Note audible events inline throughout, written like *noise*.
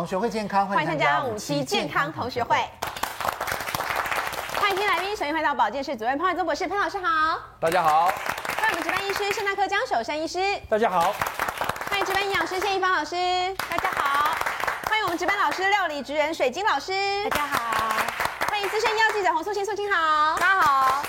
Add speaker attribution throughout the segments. Speaker 1: 同学会健康，
Speaker 2: 欢迎参加五期健康同学会。欢迎新来宾，首先回到保健室主任潘汉宗博士，潘老师好。
Speaker 3: 大家好，
Speaker 2: 欢迎我们值班医师、肾脏科江守山医师，
Speaker 3: 大家好，
Speaker 2: 欢迎值班营养师谢一芳老师，大家好。欢迎我们值班老师料理职人水晶老师，
Speaker 4: 大家好，
Speaker 2: 欢迎资深医药记者洪素清，素清好。
Speaker 4: 大家好。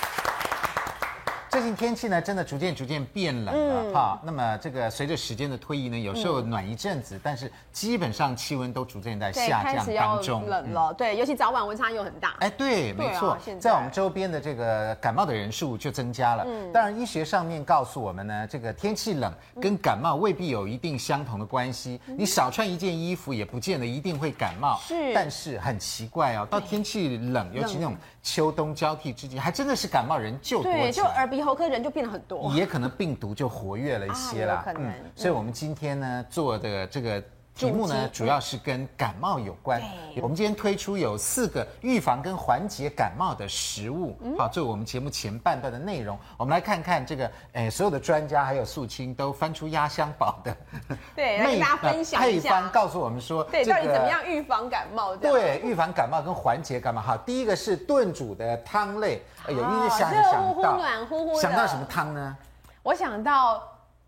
Speaker 1: 最近天气呢，真的逐渐逐渐变冷
Speaker 2: 嗯
Speaker 1: 了哈、那么这个随着时间的推移呢，有时候暖一阵子，但是基本上气温都逐渐在
Speaker 2: 对，
Speaker 1: 下
Speaker 2: 开
Speaker 1: 降
Speaker 2: 始要
Speaker 1: 当中。嗯
Speaker 2: 冷了，对，尤其早晚温差又很大。
Speaker 1: 哎，对，
Speaker 2: 对啊
Speaker 1: 没错
Speaker 2: 现，在
Speaker 1: 在我们周边的这个感冒的人数就增加了。
Speaker 2: 嗯
Speaker 1: 当然，医学上面告诉我们呢，这个天气冷跟感冒未必有一定相同的关系。你少穿一件衣服，也不见得一定会感冒。
Speaker 2: 嗯是
Speaker 1: 但是很奇怪哦，到天气冷，尤其那种秋冬交替之际，还真的是感冒人就多起来。
Speaker 2: 对，就耳鼻喉科人就变得很多。
Speaker 1: 也可能病毒就活跃了一些啦
Speaker 2: 啊。有可能嗯
Speaker 1: 所以我们今天呢做的这个。题目呢，主要是跟感冒有关。我们今天推出有四个预防跟缓解感冒的食物，
Speaker 2: 嗯
Speaker 1: 好，作为我们节目前半段的内容。我们来看看这个，诶，所有的专家还有素清都翻出压箱宝的呃
Speaker 2: 对，来跟大家分享一
Speaker 1: 配方，
Speaker 2: 下，
Speaker 1: 告诉我们说，
Speaker 2: 对，
Speaker 1: 这
Speaker 2: 到底
Speaker 1: 个
Speaker 2: 怎么样预防感冒？这样，
Speaker 1: 对，预防感冒跟缓解感冒哈，第一个是炖煮的汤类，哎呦，一直想
Speaker 2: 哦热
Speaker 1: 想
Speaker 2: 乎乎
Speaker 1: 到
Speaker 2: 暖乎乎的
Speaker 1: 想到什么汤呢？
Speaker 2: 我想到，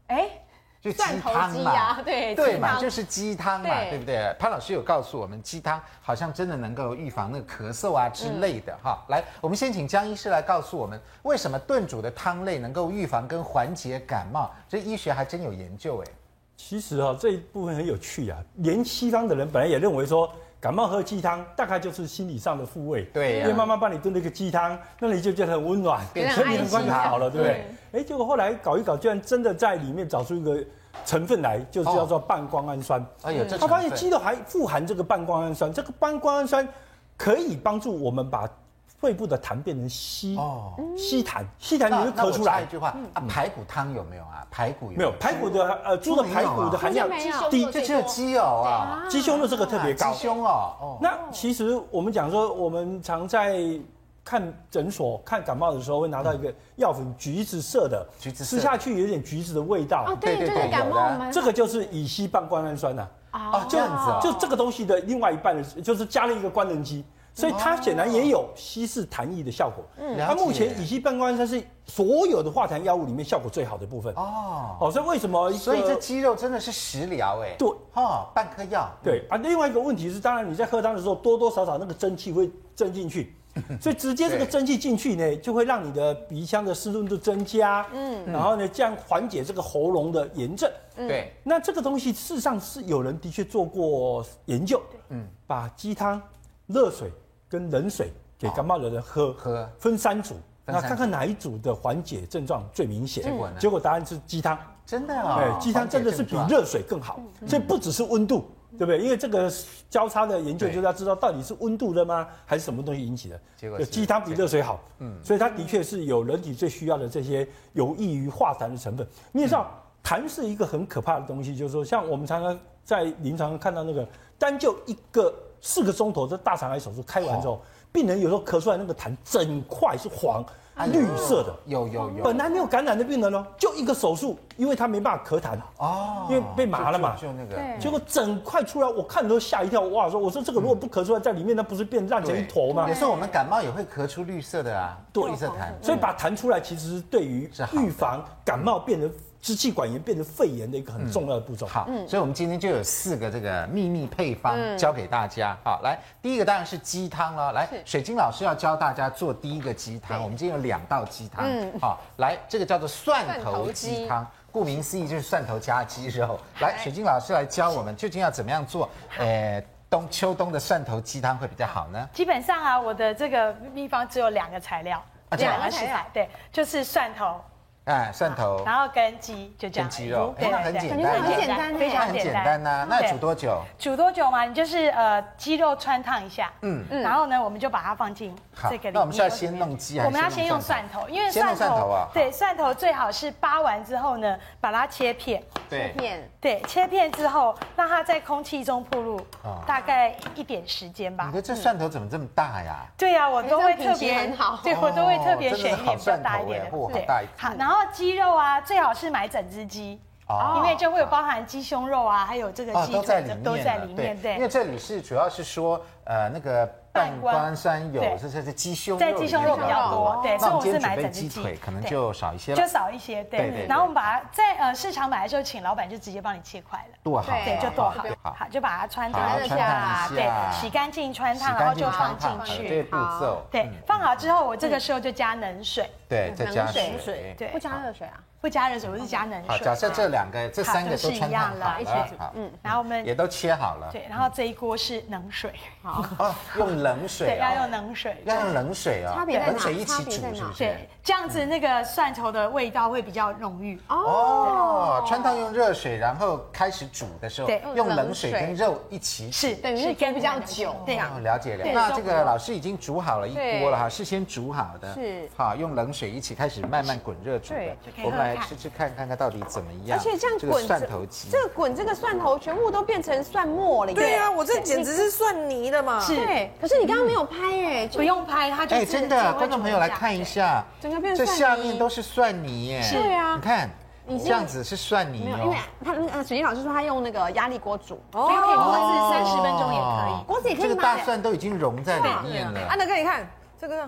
Speaker 2: 哎，
Speaker 1: 就鸡
Speaker 2: 蒜头
Speaker 1: 汤
Speaker 2: 鸡
Speaker 1: 嘛，
Speaker 2: 呀对鸡
Speaker 1: 对嘛，
Speaker 2: 汤
Speaker 1: 就是鸡汤嘛，
Speaker 2: 对
Speaker 1: 对不对？潘老师有告诉我们，鸡汤好像真的能够预防那个咳嗽啊之类的
Speaker 2: 嗯
Speaker 1: 哈。来，我们先请江医师来告诉我们，为什么炖煮的汤类能够预防跟缓解感冒？这医学还真有研究哎。
Speaker 5: 其实啊、这一部分很有趣啊。连西方的人本来也认为说，感冒喝鸡汤大概就是心理上的抚慰。
Speaker 1: 对呀
Speaker 5: 因为妈妈帮你炖了一个鸡汤，那你就觉得很温暖，
Speaker 1: 变
Speaker 2: 成
Speaker 5: 所以 *laughs* 你很快就好了，
Speaker 1: 爱心
Speaker 5: 对不
Speaker 1: 啊
Speaker 5: 对？哎，结果后来搞一搞，居然真的在里面找出一个成分来，就是叫做半胱氨酸。
Speaker 1: 哎呦，这
Speaker 5: 他发现
Speaker 1: 成分
Speaker 5: 鸡肉还富含这个半胱氨酸，这个半胱氨酸可以帮助我们把肺部的痰变成稀
Speaker 1: 哦
Speaker 5: 稀痰，稀痰
Speaker 1: 那
Speaker 5: 你就
Speaker 1: 那我
Speaker 5: 咳出
Speaker 1: 插
Speaker 5: 来
Speaker 1: 一。句话
Speaker 2: 嗯
Speaker 1: 啊，排骨汤有没有啊？排骨有
Speaker 5: 没有排骨的呃猪的
Speaker 1: 没有
Speaker 5: 排骨
Speaker 1: 啊
Speaker 5: 的含量
Speaker 2: 猪没有
Speaker 5: 低，
Speaker 1: 就只有鸡油啊，
Speaker 5: 鸡胸肉这个特别高
Speaker 1: 鸡。胸哦，哦，
Speaker 5: 那其实我们讲说，我们常在看诊所看感冒的时候，会拿到一个药粉，橘子色的，
Speaker 1: 橘子色
Speaker 5: 吃下去有点橘子的味
Speaker 2: 哦
Speaker 5: 道，，
Speaker 2: 对，
Speaker 1: 对
Speaker 2: 就
Speaker 1: 对
Speaker 2: 是
Speaker 1: 对
Speaker 2: 感
Speaker 1: 有
Speaker 2: 冒
Speaker 1: 的
Speaker 2: 我们
Speaker 5: 这个就是乙烯半胱氨酸呐、啊
Speaker 1: 哦这样子啊，
Speaker 5: 就这个东西的另外一半的，就是加了一个官能基，所以它显然也有
Speaker 1: 哦
Speaker 5: 稀释痰液的效果。嗯，
Speaker 1: 了
Speaker 5: 它目
Speaker 1: 解
Speaker 5: 前乙烯半胱氨酸是所有的化痰药物里面效果最好的部分。
Speaker 1: 哦，
Speaker 5: 哦，所以为什么一个？
Speaker 1: 所以这鸡肉真的是食疗哎，
Speaker 5: 对
Speaker 1: 哈，半颗药，
Speaker 5: 对啊，另外一个问题是，当然你在喝汤的时候，多多少少那个蒸汽会蒸进
Speaker 1: *laughs*
Speaker 5: 去，所以直接这个蒸汽进去呢，就会让你的鼻腔的湿润度增加，嗯，然后呢，这样缓解这个喉咙的炎症。
Speaker 1: 对。
Speaker 2: 嗯
Speaker 5: 那这个东西事实上是有人的确做过研究，嗯，把鸡汤、热水跟冷水给感冒的人喝，
Speaker 1: 喝
Speaker 5: 分三组，
Speaker 1: 分
Speaker 5: 那
Speaker 1: 三
Speaker 5: 看看哪一组的缓解症状最明显。
Speaker 1: 结果呢
Speaker 5: 结果答案是鸡汤。
Speaker 1: 真的啊、
Speaker 5: 哎，鸡汤真的是比热水更好，
Speaker 1: 嗯
Speaker 5: 所以不只是温度，对不对？因为这个交叉的研究
Speaker 1: 对
Speaker 5: 就是要知道到底是温度的吗，还是什么东西引起的？
Speaker 1: 结果
Speaker 5: 有
Speaker 1: 是
Speaker 5: 鸡汤比热水好，嗯，所以它的确是有人体最需要的这些有益于化痰的成分。你也知道，痰是一个很可怕的东西，就是说，像我们常常在临床上看到那个，单就一个四个钟头的大肠癌手术开完
Speaker 1: 哦
Speaker 5: 之后，病人有时候咳出来那个痰整块是黄
Speaker 1: 哎呦
Speaker 5: 绿色的。
Speaker 1: 有有有，
Speaker 5: 本来没有感染的病人哦，就一个手术，因为他没办法咳痰，
Speaker 1: 哦
Speaker 5: 因为被麻了嘛
Speaker 1: 就就就那个
Speaker 2: 对
Speaker 5: 结果整块出来，我看都吓一跳，哇！说我说这个如果不咳出来，在里面那不是变烂成一坨吗
Speaker 1: 有？时候我们感冒也会咳出绿色的啊，
Speaker 5: 对
Speaker 1: 绿色痰，
Speaker 5: 所以把痰出来，其实是对于
Speaker 1: 是好的
Speaker 5: 预防感冒变成支气管炎变成肺炎的一个很重要的步骤。
Speaker 1: 好，所以我们今天就有四个这个秘密配方教给大家。好，来，第一个当然是鸡汤了。来
Speaker 2: 是，
Speaker 1: 水晶老师要教大家做第一个鸡汤，我们今天有两道鸡汤。好，来，这个叫做蒜头鸡汤。顾名思义就是蒜头加鸡肉。来，水晶老师来教我们究竟要怎么样做，呃，冬秋冬的蒜头鸡汤会比较好呢？
Speaker 4: 基本上啊，我的这个秘方只有两个材料，
Speaker 1: 啊这样
Speaker 4: 个食材，对，就是蒜头，
Speaker 1: 哎，蒜头
Speaker 4: 然后跟鸡，就这样而已。
Speaker 1: 跟鸡肉
Speaker 4: 对
Speaker 1: 哎那
Speaker 4: 对
Speaker 1: 很
Speaker 4: 对
Speaker 1: 简单
Speaker 2: 感觉很简单
Speaker 4: 非
Speaker 2: 哎
Speaker 1: 那
Speaker 4: 常
Speaker 1: 很
Speaker 4: 简
Speaker 1: 简
Speaker 4: 单
Speaker 1: 单呐、啊那
Speaker 4: 对
Speaker 1: 煮多久？
Speaker 4: 煮多久嘛？你就是呃鸡肉穿烫一下，嗯，然后呢，我们就把它放进
Speaker 1: 好
Speaker 4: 这个里面。
Speaker 1: 那我们是要先弄鸡还是
Speaker 4: 我们要先
Speaker 1: 先
Speaker 4: 用
Speaker 1: 弄
Speaker 4: 蒜
Speaker 1: 蒜
Speaker 4: 头，因为
Speaker 1: 先
Speaker 4: 蒜
Speaker 1: 弄
Speaker 4: 头
Speaker 1: 蒜头啊
Speaker 4: 对，蒜头最好是扒完之后呢，把它切片，
Speaker 1: 对
Speaker 2: 片
Speaker 4: 对，切片之后让它在空气中暴露
Speaker 1: 啊
Speaker 4: 大概一点时间吧
Speaker 1: 你。的这蒜头怎么这么大呀？
Speaker 4: 对呀、我都会特
Speaker 2: 哎这个品
Speaker 4: 别
Speaker 2: 质很好
Speaker 4: 对我都会特别选一
Speaker 1: 哦真的是好
Speaker 4: 点比较大
Speaker 1: 蒜
Speaker 4: 一
Speaker 1: 头
Speaker 4: 点
Speaker 1: 哎
Speaker 4: 的，
Speaker 1: 哇
Speaker 4: 对
Speaker 1: 好大一颗
Speaker 4: 好，然后鸡肉啊，最好是买整只鸡，
Speaker 1: 哦
Speaker 4: 因为就会有包含鸡胸肉啊，还有这个
Speaker 1: 哦，
Speaker 4: 鸡
Speaker 1: 都在
Speaker 4: 腿
Speaker 1: 里
Speaker 4: 的
Speaker 1: 面了，
Speaker 4: 都在里面，
Speaker 1: 因为这里是主要是说，呃，那个半
Speaker 4: 半官
Speaker 1: 官山有
Speaker 4: 对，
Speaker 1: 这这是鸡胸肉
Speaker 4: 在
Speaker 1: 里面
Speaker 4: 鸡胸肉
Speaker 2: 比较
Speaker 4: 多对
Speaker 1: 那我们
Speaker 4: 所
Speaker 1: 今
Speaker 4: 以我是
Speaker 1: 天
Speaker 4: 买
Speaker 1: 准备
Speaker 4: 整只
Speaker 1: 鸡
Speaker 4: 鸡
Speaker 1: 腿，可能
Speaker 4: 对
Speaker 1: 就少一些
Speaker 4: 就
Speaker 1: 了，
Speaker 4: 少一些，
Speaker 1: 对对
Speaker 4: 对
Speaker 1: 对。
Speaker 4: 然后我们把它在呃市场买的时候，请老板就直接帮你切块了。
Speaker 1: 剁好，
Speaker 4: 对，就
Speaker 2: 对
Speaker 4: 剁
Speaker 2: 好
Speaker 4: 好
Speaker 1: 对，好，
Speaker 4: 好，就把它穿
Speaker 1: 好
Speaker 4: 烫
Speaker 1: 穿烫一
Speaker 4: 对
Speaker 1: 下，
Speaker 4: 洗干净穿
Speaker 1: 洗
Speaker 4: 烫，然后
Speaker 1: 干净
Speaker 4: 就
Speaker 1: 穿嗯
Speaker 4: 放
Speaker 1: 烫
Speaker 4: 进
Speaker 1: 了
Speaker 4: 去，
Speaker 1: 这步骤，
Speaker 4: 对，放好之后，我这个时候就加冷水，
Speaker 1: 对，再加
Speaker 2: 冷水
Speaker 1: 水，
Speaker 4: 对
Speaker 2: 不加热水啊？
Speaker 4: 不加热水，我是加冷
Speaker 1: 好，
Speaker 4: 水。
Speaker 1: 假设这两个、这三个
Speaker 4: 就
Speaker 1: 都穿
Speaker 4: 是一
Speaker 1: 烫
Speaker 4: 样
Speaker 1: 好
Speaker 4: 了
Speaker 1: 了，
Speaker 2: 一起煮
Speaker 1: 好，
Speaker 2: 嗯
Speaker 4: 然后我们
Speaker 1: 也都切好了，
Speaker 4: 对，然后这一锅是冷水，
Speaker 2: 好，
Speaker 1: 哦，用冷水
Speaker 4: 对，
Speaker 1: 哦，
Speaker 4: 要用冷水，
Speaker 1: 要用冷水哦，
Speaker 2: 差别在哪
Speaker 1: 冷水一嗯起煮
Speaker 2: 差别在哪
Speaker 1: 是不是
Speaker 4: 对？，这样子那个蒜头的味道会比较浓郁。
Speaker 1: 哦，川哦烫用热水，然后开始煮的时候
Speaker 4: 对，
Speaker 1: 用冷水跟肉一起煮。
Speaker 4: 是，
Speaker 2: 等于是煮比较久
Speaker 4: 对
Speaker 1: 哦，了解了解。那这个老师已经煮好了一锅了哈，事先煮好的，
Speaker 2: 是
Speaker 1: 好用冷水一起开始慢慢滚热煮的
Speaker 2: 对。
Speaker 1: 我们来吃吃看看看到底怎么样。
Speaker 2: 而且这样
Speaker 1: 这
Speaker 2: 滚
Speaker 1: 个
Speaker 2: 着
Speaker 1: 蒜头鸡，
Speaker 2: 这个滚这个蒜头全部都变成蒜末了耶。
Speaker 3: 对啊，我这简直是蒜泥了嘛！
Speaker 4: 是
Speaker 2: 对，可是你刚刚没有拍哎，就
Speaker 4: 不用拍，它就
Speaker 1: 哎，
Speaker 4: 是
Speaker 1: 真
Speaker 4: 只会
Speaker 1: 的，观众朋友来
Speaker 4: 煮一下
Speaker 1: 看一下，
Speaker 2: 整个变
Speaker 1: 这
Speaker 2: 蒜泥
Speaker 1: 下面都是蒜泥耶。
Speaker 4: 是
Speaker 2: 对啊
Speaker 1: 你看
Speaker 2: 已经
Speaker 1: 这样子是蒜泥
Speaker 2: 没有，因为
Speaker 1: 哦。
Speaker 2: 他呃，水晶老师说他用那个压力锅煮，
Speaker 3: 哦
Speaker 2: 所以可以锅
Speaker 1: 哦
Speaker 2: 是三十分钟也可以，锅子也可
Speaker 1: 这
Speaker 2: 以啊
Speaker 1: 个
Speaker 2: 拿
Speaker 1: 大。蒜都已经融在里面了。
Speaker 3: 安德哥，你看这个，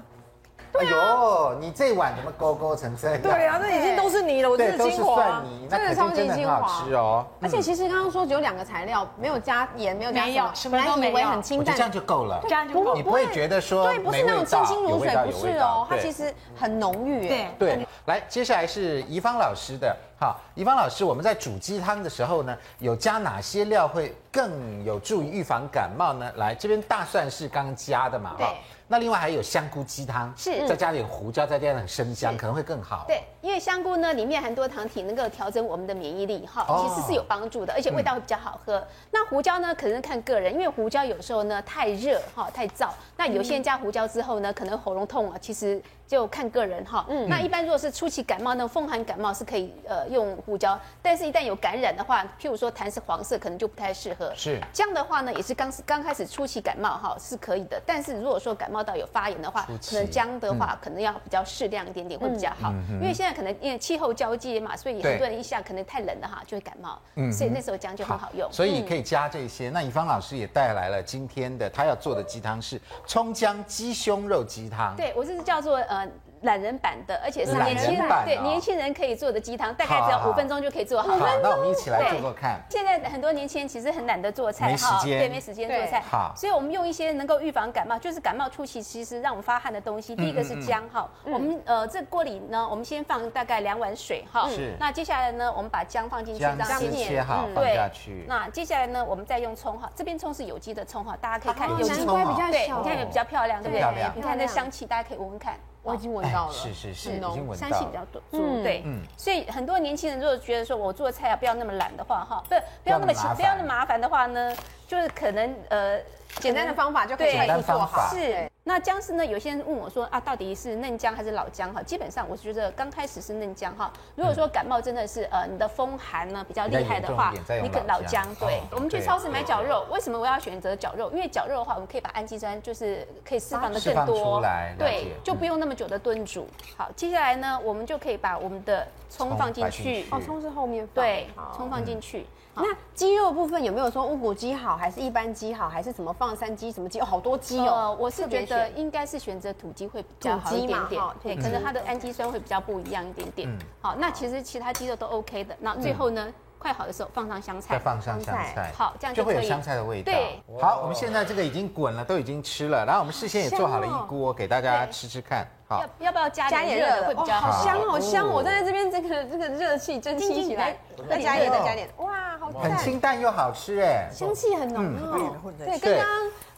Speaker 1: 哎呦，你这碗怎么勾勾成这样？
Speaker 3: 对啊，这已经都是泥了，我
Speaker 1: 对，
Speaker 3: 真
Speaker 1: 都
Speaker 3: 的
Speaker 1: 是
Speaker 3: 精华
Speaker 1: 蒜
Speaker 3: 啊。
Speaker 1: 泥，那
Speaker 2: 真的
Speaker 1: 肯
Speaker 2: 超级
Speaker 1: 定真的很好吃哦。
Speaker 2: 而且其实刚刚说只有两个材料，没有加盐，没有加
Speaker 4: 没有
Speaker 2: 什
Speaker 4: 什
Speaker 2: 么，
Speaker 4: 么
Speaker 2: 本
Speaker 4: 都
Speaker 2: 来
Speaker 4: 没
Speaker 2: 以
Speaker 4: 有
Speaker 2: 为很清
Speaker 1: 我觉
Speaker 2: 淡
Speaker 1: 得这，样就够了。
Speaker 4: 这样就够
Speaker 1: 你
Speaker 4: 了。
Speaker 1: 不会觉得说
Speaker 2: 对，不是那种清新如水，不是哦，它
Speaker 1: 它
Speaker 2: 其实很浓郁哎。
Speaker 1: 对，来，接下来是怡芳老师的。好，怡芳老师，我们在煮鸡汤的时候呢，有加哪些料会更有助于预防感冒呢？来，这边大蒜是刚加的嘛，
Speaker 6: 对
Speaker 1: 哈那另外还有香菇鸡汤，
Speaker 6: 是
Speaker 1: 再加点胡椒，再加点生姜，
Speaker 6: 是
Speaker 1: 可能会更好。
Speaker 6: 对，因为香菇呢里面含多糖体，能够调整我们的免疫力哈，
Speaker 1: 哦嗯
Speaker 6: 其实是有帮助的，而且味道会比较好喝。那胡椒呢，可能看个人，因为胡椒有时候呢太热哈，太燥，那有些人加胡椒之后呢，可能喉咙痛啊，其实就看个人哈。嗯，那一般如果是初期感冒那种风寒感冒是可以呃用胡椒，但是一旦有感染的话，譬如说痰是黄色，可能就不太适合。
Speaker 1: 是
Speaker 6: 这样的话呢，也是刚刚开始初期感冒哈是可以的，但是如果说感冒到有发炎的话
Speaker 1: 初，
Speaker 6: 可能
Speaker 1: 期嗯
Speaker 6: 姜的话、可能要比较适量一点点会比较好，因为现在可能因为气候交界嘛，所以
Speaker 1: 对嗯
Speaker 6: 很多人一下可能太冷了哈就会感冒，所以那时候姜就很好用。
Speaker 1: 所以可以加这些。那以芳老师也带来了今天的他要做的鸡汤是葱姜鸡胸肉鸡汤。
Speaker 6: 对，我这是叫做呃懒人版的，而且是
Speaker 1: 懒人
Speaker 6: 年轻人
Speaker 1: 版
Speaker 6: 对
Speaker 1: 哦
Speaker 6: 年轻人可以做的鸡汤，大概只
Speaker 1: 好
Speaker 6: 要五分钟就可以做好。
Speaker 1: 好，哦那我们一起来
Speaker 6: 对
Speaker 1: 做做看。
Speaker 6: 现在很多年轻人其实很懒得做菜
Speaker 1: 没时间
Speaker 6: 对，没时间做菜
Speaker 1: 对好，
Speaker 6: 所以我们用一些能够预防感冒，就是感冒初期其实让我们发汗的东
Speaker 1: 嗯
Speaker 6: 西，第一个是姜哈，我们呃这锅里呢，我们先放大概两碗水哈，
Speaker 1: 是
Speaker 6: 那接下来呢，我们把姜放进去，
Speaker 1: 姜
Speaker 6: 让嗯
Speaker 1: 丝切好放
Speaker 6: 对
Speaker 1: 下去
Speaker 6: 那接下来呢，我们再用葱哈，这边葱是有机的葱哈，大家可以看有
Speaker 1: 难
Speaker 6: 机
Speaker 1: 葱
Speaker 2: 哦
Speaker 1: 怪比较
Speaker 6: 对，
Speaker 1: 小
Speaker 6: 你看也比较漂亮，对不
Speaker 1: 漂亮
Speaker 6: 对？你看那香气，大家可以闻闻看。
Speaker 2: 我已经闻到了，
Speaker 1: 哎是是是，
Speaker 2: 很
Speaker 1: 已经
Speaker 2: 浓。
Speaker 1: 闻
Speaker 6: 香
Speaker 1: 到
Speaker 6: 气比
Speaker 1: 了。
Speaker 6: 较多，嗯，对，所以很多年轻人如果觉得说我做菜啊不要那么懒的话，哈，不不要那么
Speaker 1: 不要那么麻烦
Speaker 6: 不要那么麻烦的话呢，就是可能呃
Speaker 2: 简单的方法就可以
Speaker 6: 对
Speaker 2: 快速做
Speaker 1: 简单方法
Speaker 2: 好。
Speaker 6: 是。那姜丝呢？有些人问我说啊，到底是嫩姜还是老姜？哈，基本上我觉得刚开始是嫩姜哈。如果说感冒真的是呃你的风寒呢比较厉害的话
Speaker 1: 嗯比较严重一点再，用
Speaker 6: 你可
Speaker 1: 老
Speaker 6: 老
Speaker 1: 姜
Speaker 6: 姜
Speaker 1: 哦
Speaker 6: 对。我们去
Speaker 1: 对
Speaker 6: 超市买
Speaker 1: 对
Speaker 6: 绞肉，为什么我要选择绞肉？因为绞肉的话，我们可以把氨基酸就是可以释放的
Speaker 1: 释
Speaker 6: 更
Speaker 1: 放出
Speaker 6: 多
Speaker 1: 来了解
Speaker 6: 对，就
Speaker 1: 嗯
Speaker 6: 不用那么久的炖煮。好，接下来呢，我们就可以把我们的
Speaker 1: 葱
Speaker 6: 葱放进
Speaker 1: 摆进
Speaker 6: 去
Speaker 1: 去，嗯
Speaker 2: 哦，葱是后面放。
Speaker 6: 对
Speaker 2: 好，
Speaker 6: 葱放进去。好
Speaker 2: 那鸡肉部分有没有说乌骨鸡好，还是一般鸡好，还是什么放山鸡什么鸡？哦，好多鸡
Speaker 6: 呃，
Speaker 2: 哦。
Speaker 6: 我是
Speaker 2: 特别
Speaker 6: 觉得
Speaker 2: 选
Speaker 6: 应该是选择土鸡会比较好
Speaker 2: 土
Speaker 6: 一
Speaker 2: 鸡
Speaker 6: 点
Speaker 2: 嘛
Speaker 6: 点
Speaker 2: 哈，嗯
Speaker 6: 对，
Speaker 2: 土
Speaker 6: 可能它的氨基酸会比较不一样一点点。好，那其实其他鸡肉都 OK 的。那最后呢，快好的时候放上香
Speaker 1: 再
Speaker 6: 菜，
Speaker 1: 放上香
Speaker 2: 嗯香菜
Speaker 1: 菜，
Speaker 6: 好这样
Speaker 1: 就
Speaker 6: 就
Speaker 1: 会有
Speaker 6: 可以
Speaker 1: 香菜的味道。
Speaker 6: 对，
Speaker 1: 好，我们现在这个已经滚了，都已经吃了，然后我们事先也做好了一锅给大家
Speaker 6: 哦对
Speaker 1: 吃吃看。好
Speaker 6: 要，要不要加
Speaker 2: 加
Speaker 6: 点
Speaker 2: 点
Speaker 6: 热
Speaker 2: 热
Speaker 6: 的
Speaker 2: 的
Speaker 6: 会比较
Speaker 2: 哦好
Speaker 6: 好？
Speaker 2: 香哦，好香！
Speaker 1: 哦
Speaker 2: 我站在这边，这个这个热气蒸
Speaker 6: 晶哎
Speaker 2: 汽
Speaker 6: 晶
Speaker 2: 起来，再
Speaker 6: 来
Speaker 2: 加一点，再加一点，哇，好
Speaker 1: 很
Speaker 2: 赞！
Speaker 1: 清淡又好吃哎。
Speaker 2: 香气很浓哦，对，
Speaker 1: 对
Speaker 2: 跟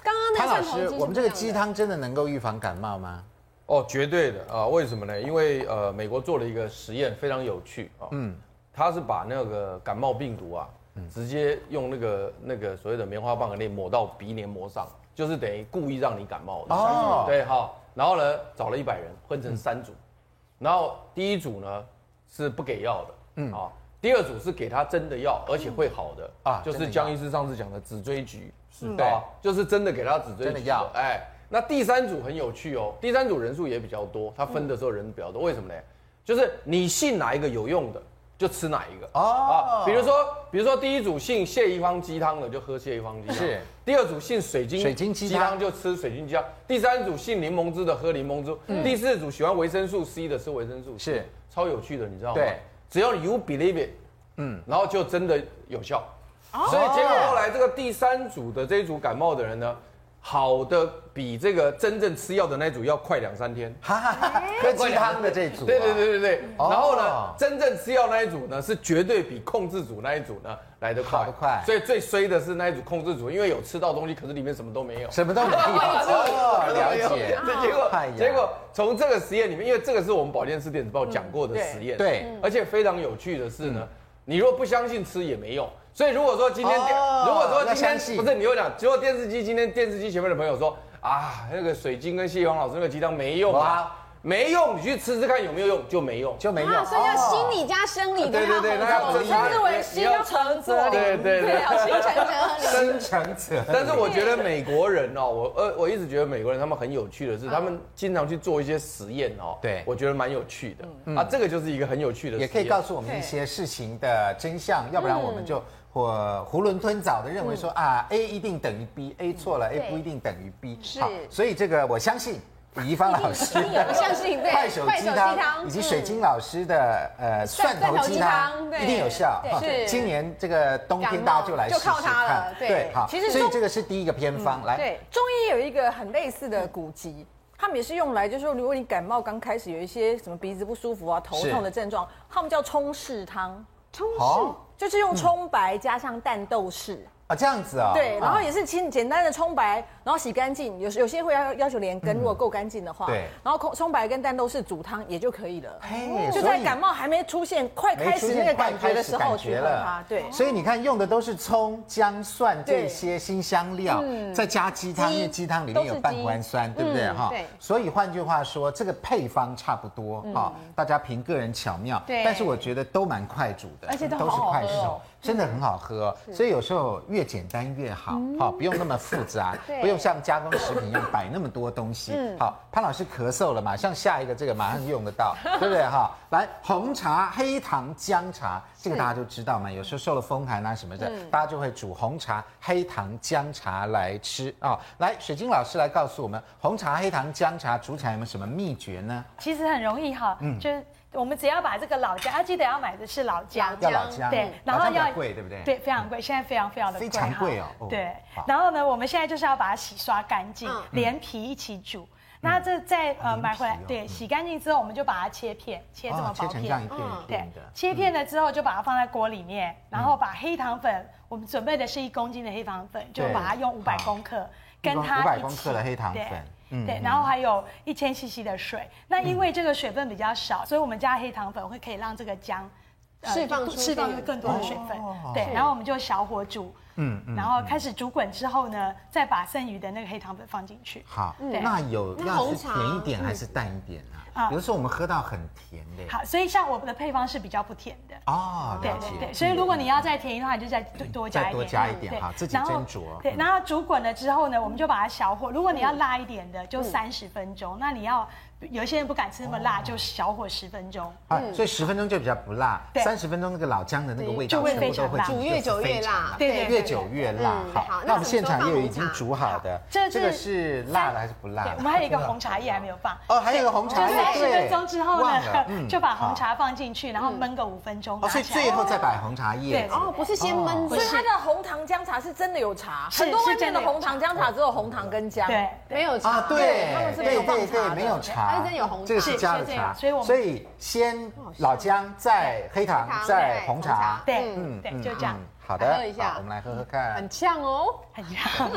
Speaker 2: 刚刚刚刚那
Speaker 1: 潘
Speaker 2: 个
Speaker 1: 老
Speaker 2: 蒜头鸡
Speaker 1: 师
Speaker 2: 是，
Speaker 1: 我们
Speaker 2: 不
Speaker 1: 这个
Speaker 2: 一样的
Speaker 1: 鸡汤真的能够预防感冒吗？
Speaker 7: 哦，绝对的啊、呃为什么呢？因为呃，美国做了一个实验，非常有趣啊、嗯，他是把那个感冒病毒啊，直接用那个那个所谓的棉花棒给你抹到鼻黏膜上，就是等于故意让你感冒的。
Speaker 1: 哦
Speaker 7: 对，好，然后呢，找了一百人，分成三组，然后第一组呢是不给药的，嗯啊。第二组是给他真的药，而且会好的
Speaker 1: 啊
Speaker 7: 啊，就
Speaker 1: 真的
Speaker 7: 是
Speaker 1: 药
Speaker 7: 江医师上次讲的紫锥菊，是
Speaker 1: 对
Speaker 7: 啊，就是真的给他紫锥
Speaker 1: 真的
Speaker 7: 菊
Speaker 1: 药
Speaker 7: 哎，那第三组很有趣哦，第三组人数也比较多，他分的时候人比较多，为什么呢？就是你信哪一个有用的，就吃哪一个
Speaker 1: 哦
Speaker 7: 啊？比如说，比如说第一组信谢一方鸡汤的就喝谢一方鸡汤，
Speaker 1: 是
Speaker 7: 第二组信水晶
Speaker 1: 水晶鸡汤
Speaker 7: 就吃水晶鸡汤，第三组信柠檬汁的喝柠檬汁，第四组喜欢维生素 C 的吃维生素 C，
Speaker 1: 嗯是
Speaker 7: 超有趣的，你知道吗？
Speaker 1: 对，
Speaker 7: 只要 you believe it，嗯，然后就真的有效。
Speaker 1: 哦
Speaker 7: 所以结果后来这个第三组的这一组感冒的人呢，好的比这个真正吃药的那组要快两三天。
Speaker 1: 哈哈哈， *laughs* 喝鸡汤的这组、啊
Speaker 7: 对对，对对对。
Speaker 1: 哦
Speaker 7: 然后呢，真正吃药那一组呢，是绝对比控制组那一组呢来得快。
Speaker 1: 跑得快
Speaker 7: 所以最衰的是那一组控制组，因为有吃到东西，可是里面什么都没有。
Speaker 1: 什么都没有，哦了解，
Speaker 7: 这结果
Speaker 1: 哎呀
Speaker 7: 结果从这个实验里面，因为这个是我们保健师电子报讲过的实验，
Speaker 1: 对嗯
Speaker 7: 而且非常有趣的是呢，你如果不相信吃也没用。所以如果说今天电，
Speaker 1: 哦
Speaker 7: 如果说今
Speaker 1: 要相
Speaker 7: 天
Speaker 1: 信
Speaker 7: 不是你又讲，结果电视机今天电视机前面的朋友说啊，那个水晶跟蟹黄老师那个鸡汤没用啊
Speaker 1: 哇，
Speaker 7: 没用，你去吃吃看有没有用，就没用。
Speaker 1: 就没有，
Speaker 2: 啊，所以要心
Speaker 1: 哦
Speaker 2: 理加生理都
Speaker 7: 对
Speaker 2: 要
Speaker 7: 对对，
Speaker 2: 合
Speaker 7: 那
Speaker 2: 作，
Speaker 7: 要真
Speaker 3: 称之为
Speaker 7: 你
Speaker 3: 心
Speaker 7: 要
Speaker 3: 要诚则灵。
Speaker 7: 对对对
Speaker 2: 对，。要心诚则灵。
Speaker 1: 心诚则
Speaker 7: 但是我觉得美国人哦，我呃我一直觉得美国人他们很有趣的是，他们经常去做一些实验哦，
Speaker 1: 对嗯
Speaker 7: 我觉得蛮有趣的啊，这个就是一个很有趣的实
Speaker 1: 也
Speaker 7: 验，
Speaker 1: 可以告诉我们一些事情的真相，要不然我们就或囫囵吞枣的认为说、啊，A 一定等于 B，A 错了、a 不一定等于 B。
Speaker 2: 是
Speaker 1: 好所以这个我相信。李一芳老师
Speaker 2: 一定有
Speaker 1: 的
Speaker 2: 人相信对
Speaker 1: 快手
Speaker 2: 快手
Speaker 1: 鸡
Speaker 2: 鸡
Speaker 1: 汤，
Speaker 2: 汤嗯
Speaker 1: 以及水晶老师的呃蒜头
Speaker 2: 蒜头
Speaker 1: 鸡
Speaker 2: 鸡
Speaker 1: 汤
Speaker 2: 汤，对
Speaker 1: 一定有效
Speaker 2: 对。
Speaker 1: 哈
Speaker 2: 是
Speaker 1: 今年这个冬天
Speaker 2: 感冒
Speaker 1: 大家就来
Speaker 2: 就
Speaker 1: 试试
Speaker 2: 靠它了
Speaker 1: 看，
Speaker 2: 对
Speaker 1: 好。
Speaker 3: 其实
Speaker 1: 所以
Speaker 3: 中
Speaker 1: 这个是第一个偏方，来，
Speaker 3: 对，中医有一个很类似的古籍，他们也是用来，就是说，如果你感冒刚开始有一些什么鼻子不舒服啊、头痛的症状，他们叫冲释汤，
Speaker 1: 好
Speaker 3: 就是用葱白加上蛋豆豉。
Speaker 1: 啊这样嗯子啊，
Speaker 3: 对，然后
Speaker 1: 啊
Speaker 3: 也是清简单的葱白，然后洗干净，有时有些会要要求连根，如果够干净的话，
Speaker 1: 嗯对
Speaker 3: 然后葱葱白跟蛋豆豉煮汤也就可以了。嗯
Speaker 1: 嘿
Speaker 3: 就
Speaker 1: 所
Speaker 3: 在
Speaker 1: 以
Speaker 3: 感冒还没出现、快
Speaker 1: 没
Speaker 3: 开
Speaker 1: 出
Speaker 3: 始那个
Speaker 1: 现快
Speaker 3: 感觉
Speaker 1: 开
Speaker 3: 的
Speaker 1: 始
Speaker 3: 时
Speaker 1: 感
Speaker 3: 候
Speaker 1: 觉
Speaker 3: 去喝它
Speaker 1: 了，，
Speaker 3: 对。
Speaker 1: 所以你看用的都是葱、姜、蒜这
Speaker 3: 对
Speaker 1: 些新香料，再加鸡汤，因为鸡汤里面有半胱酸，对不对
Speaker 3: 嗯
Speaker 1: 哈？
Speaker 2: 对
Speaker 1: 所以换句话说，这个配方差不多
Speaker 3: 嗯
Speaker 1: 哈，大家凭个人巧妙。
Speaker 2: 对
Speaker 1: 但是我觉得都蛮快煮的，
Speaker 4: 而且都
Speaker 1: 都是
Speaker 4: 好好
Speaker 1: 快
Speaker 4: 喝
Speaker 1: 手
Speaker 4: 哦，
Speaker 1: 真的很好喝。所以有时候越简单越好，
Speaker 4: 嗯
Speaker 1: 好不用那么复杂，
Speaker 4: *laughs*
Speaker 2: 对
Speaker 1: 不用像加工食品一样摆那么多东西。
Speaker 4: 嗯
Speaker 1: 好，潘老师咳嗽了，马上下一个这个马上用得
Speaker 4: *laughs*
Speaker 1: 到，对不对哈？来，红茶、黑糖、姜茶，这个大家都知道嘛。有时候受了风寒啊什么的，
Speaker 4: 嗯
Speaker 1: 大家就会煮红茶、黑糖、姜茶来吃啊、来，水晶老师来告诉我们，红茶、黑糖、姜茶煮起来有没有什么秘诀呢？
Speaker 4: 其实很容易哈，
Speaker 1: 嗯
Speaker 4: 就是我们只要把这个老姜，要记得要买的是老姜，
Speaker 1: 要老姜，
Speaker 4: 对，
Speaker 1: 老姜比较贵，对不对？
Speaker 4: 对，非常贵，现在非常非常的贵
Speaker 1: 非
Speaker 4: 哈，
Speaker 1: 常贵哦哦
Speaker 4: 对
Speaker 1: 好，
Speaker 4: 然后呢，我们现在就是要把它洗刷干净，连皮一起煮。那这再
Speaker 1: 哦
Speaker 4: 呃
Speaker 1: 嗯连
Speaker 4: 买回来
Speaker 1: 皮哦，
Speaker 4: 对，
Speaker 1: 嗯
Speaker 4: 洗干净之后，我们就把它切片，切这么
Speaker 1: 哦切
Speaker 4: 薄
Speaker 1: 成这样
Speaker 4: 片嗯
Speaker 1: 一。片一
Speaker 4: 对
Speaker 1: 片的，。嗯
Speaker 4: 切片了之后就把它放在锅里面，然后把黑糖粉，我们准备的是一公斤的黑糖粉，就
Speaker 1: 对
Speaker 4: 把它用五百
Speaker 1: 好
Speaker 4: 公克
Speaker 1: 一
Speaker 4: 跟
Speaker 1: 公
Speaker 4: 它
Speaker 1: 500
Speaker 4: 一
Speaker 1: 公
Speaker 4: 起
Speaker 1: 克的黑糖
Speaker 4: 对
Speaker 1: 粉嗯
Speaker 4: 对，然后还有一千 CC 的水。那因为这个水分比较少，所以我们加黑糖粉会可以让这个姜。呃
Speaker 2: 释放出
Speaker 4: 释放
Speaker 2: 去
Speaker 4: 更多的水分，
Speaker 1: 哦
Speaker 4: 对，然后我们就小火煮，嗯，然后开始煮滚之后呢，再把剩余的那个黑糖粉放进去，
Speaker 1: 好，
Speaker 4: 嗯对
Speaker 1: 那有
Speaker 2: 那
Speaker 1: 要是
Speaker 2: 红茶
Speaker 1: 甜一点还是淡一点啊？
Speaker 4: 嗯啊
Speaker 1: 比如说我们喝到很甜的，
Speaker 4: 好，所以像我们的配方是比较不甜的，
Speaker 1: 哦，
Speaker 4: 对
Speaker 1: 了
Speaker 4: 对
Speaker 1: 解嗯
Speaker 4: 对，。所以如果你要再甜的话，你就再多多加一
Speaker 1: 再
Speaker 4: 点，嗯
Speaker 1: 多加一点
Speaker 4: 对
Speaker 1: 哈自己
Speaker 4: 然后
Speaker 1: 斟酌嗯
Speaker 4: 对，然后煮滚了之后呢，我们就把它小火。如果你要辣一点的，
Speaker 1: 嗯
Speaker 4: 就三十分钟。那你要有些人不敢吃那么辣，就小火十分钟。
Speaker 1: 啊，所以十分钟就比较不辣，
Speaker 4: 嗯对
Speaker 1: 三十分钟那个老姜的那个味道
Speaker 4: 就会
Speaker 1: 全部都会
Speaker 4: 非常辣
Speaker 1: 进
Speaker 2: 煮
Speaker 1: 去
Speaker 2: 越久越辣
Speaker 1: 对
Speaker 4: 对
Speaker 1: 对，
Speaker 4: 对
Speaker 1: 越久越辣。
Speaker 2: 嗯
Speaker 1: 好
Speaker 2: 好，
Speaker 1: 那
Speaker 2: 那
Speaker 1: 我们现场也有已
Speaker 2: 我
Speaker 1: 经
Speaker 2: 们
Speaker 1: 煮好的，
Speaker 4: 这
Speaker 1: 这
Speaker 4: 是
Speaker 1: 个是辣的还是不辣
Speaker 4: 对，我
Speaker 1: 的
Speaker 4: 们？还有一个红茶叶还没有放。
Speaker 1: 哦，还有一个红
Speaker 4: 就
Speaker 1: 茶叶，
Speaker 4: 三十
Speaker 1: 对
Speaker 4: 分钟之后
Speaker 1: 忘了嗯
Speaker 4: 呢， *laughs* 就把红茶放进去，然后焖个五分钟。
Speaker 1: 哦，所以
Speaker 4: 拿起来
Speaker 1: 最后再摆红茶叶
Speaker 4: 对
Speaker 1: 子。
Speaker 2: 哦，不是先焖
Speaker 3: 所以
Speaker 2: 着，
Speaker 3: 它的红糖姜茶是真的有茶，
Speaker 4: 是
Speaker 3: 很多外
Speaker 4: 是
Speaker 3: 面
Speaker 4: 真
Speaker 3: 的
Speaker 4: 的有
Speaker 3: 红糖姜茶只有红糖跟姜。
Speaker 4: 对，
Speaker 2: 没有茶
Speaker 1: 啊，对
Speaker 3: 他们，是没
Speaker 1: 对
Speaker 3: 有
Speaker 1: 对
Speaker 3: 放茶
Speaker 1: 对，
Speaker 3: 的
Speaker 1: 没有
Speaker 2: 它
Speaker 1: 茶，
Speaker 2: 是真哎有红茶
Speaker 1: 这个是加了
Speaker 4: 是是
Speaker 1: 茶，
Speaker 4: 所以我们
Speaker 1: 所以先老姜，再黑糖
Speaker 2: 黑，糖
Speaker 1: 再
Speaker 2: 再
Speaker 1: 红
Speaker 2: 红
Speaker 1: 茶
Speaker 2: 茶，
Speaker 4: 对
Speaker 1: 嗯
Speaker 4: 对，就这样
Speaker 1: 嗯，好
Speaker 2: 来
Speaker 1: 的
Speaker 2: 喝一，下
Speaker 1: 好我们来喝喝看
Speaker 2: 很。呛哦，
Speaker 1: *laughs*
Speaker 4: 很像。
Speaker 2: 像哦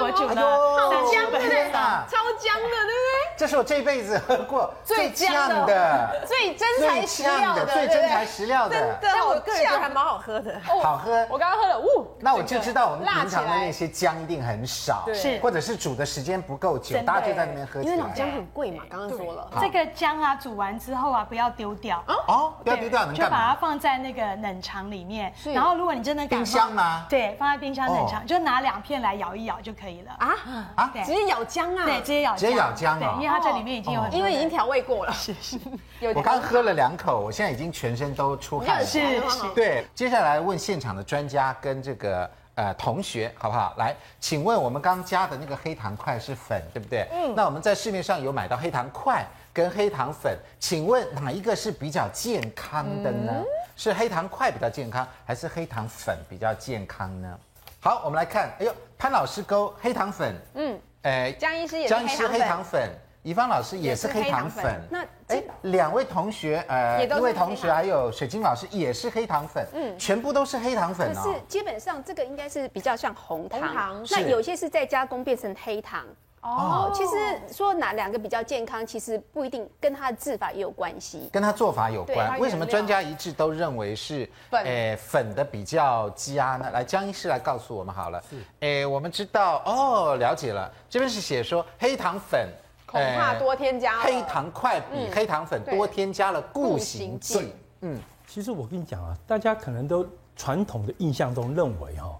Speaker 4: *laughs* 我煮
Speaker 1: 哎香
Speaker 4: 了三十
Speaker 1: 啊
Speaker 4: 分
Speaker 1: 天哪！
Speaker 2: 超姜的，对
Speaker 1: 这是我这辈子喝过
Speaker 2: 最
Speaker 1: 呛
Speaker 2: 香的
Speaker 1: 的
Speaker 2: 不对？、最真材实料的，
Speaker 1: 最
Speaker 2: 对不
Speaker 1: 真
Speaker 2: 对
Speaker 1: 材实料的，
Speaker 3: 但我个人觉得还蛮好喝的。
Speaker 1: 好喝。
Speaker 2: 我刚刚喝了，呜，
Speaker 1: 那我就知道我们
Speaker 2: 整个
Speaker 1: 平常的
Speaker 2: 辣起来
Speaker 1: 那些姜一定很少，
Speaker 4: 是
Speaker 1: 或者是煮的时间不够久，
Speaker 4: 真的
Speaker 1: 大家就在那边喝起
Speaker 2: 因为老姜
Speaker 1: 来。
Speaker 2: 很贵嘛，刚刚说了，
Speaker 1: 好
Speaker 4: 这个姜啊，煮完之后啊，不要丢掉。
Speaker 1: 哦，不要
Speaker 4: 对
Speaker 1: 丢掉，能
Speaker 4: 就把
Speaker 1: 干
Speaker 4: 它
Speaker 1: 嘛？
Speaker 4: 放在那个冷藏里面。然后，如果你真的感冒
Speaker 1: 冰箱吗
Speaker 4: 对，放在冰箱冷藏，
Speaker 1: 哦
Speaker 4: 就拿两片来咬一咬就可以了。啊，
Speaker 2: 啊
Speaker 1: 啊
Speaker 4: 对
Speaker 2: 直接咬姜啊？
Speaker 4: 对，直，接咬
Speaker 1: 直接咬姜
Speaker 4: 对
Speaker 1: 哦，
Speaker 4: 因为它这里面已经有很多的，
Speaker 2: 因为已经调味过了。
Speaker 4: 是是
Speaker 2: 有
Speaker 1: 我刚喝了两口，我现在已经全身都出汗了。
Speaker 4: 是是，
Speaker 1: 对，接下来问现场的专家跟这个呃同学好不好？来，请问我们刚加的那个黑糖块是粉，对不对？嗯。那我们在市面上有买到黑糖块跟黑糖粉，请问哪一个是比较健康的呢？是黑糖块比较健康，还是黑糖粉比较健康呢？好，我们来看，哎呦，潘老师勾黑糖粉，嗯，呃，
Speaker 2: 江医师也是
Speaker 1: 江医师
Speaker 2: 黑
Speaker 1: 黑
Speaker 2: 糖
Speaker 1: 糖粉。怡芳老师也是
Speaker 2: 也是
Speaker 1: 黑糖粉
Speaker 2: 黑糖粉，那
Speaker 1: 哎，两位同学，呃，
Speaker 2: 也都
Speaker 1: 一
Speaker 2: 是
Speaker 1: 位
Speaker 2: 黑糖
Speaker 1: 同学还有水晶老师也是黑糖粉，嗯，全部都是黑糖粉
Speaker 6: 可
Speaker 1: 哦
Speaker 6: 是。基本上这个应该是比较像红糖，
Speaker 2: 红糖
Speaker 6: 那
Speaker 1: 是
Speaker 6: 有些是在加工变成黑糖。哦，其实说哪两个比较健康，其实不一定跟它的制法也有关系。
Speaker 1: 跟他做法有
Speaker 6: 对它
Speaker 1: 关，
Speaker 6: 原
Speaker 1: 为什么专家一致都认为是
Speaker 2: 粉
Speaker 1: 诶粉的比较佳呢？来，江医师来告诉我们好了。诶，我们知道哦，了解了。这边是写说黑糖粉
Speaker 2: 恐怕
Speaker 1: 呃
Speaker 2: 多添加了嗯
Speaker 1: 黑糖块比黑糖粉
Speaker 2: 对
Speaker 1: 多添加了固
Speaker 2: 固
Speaker 1: 形
Speaker 2: 形
Speaker 1: 剂
Speaker 2: 剂，
Speaker 5: 其实我跟你讲啊，大家可能都传统的印象中认为哈、哦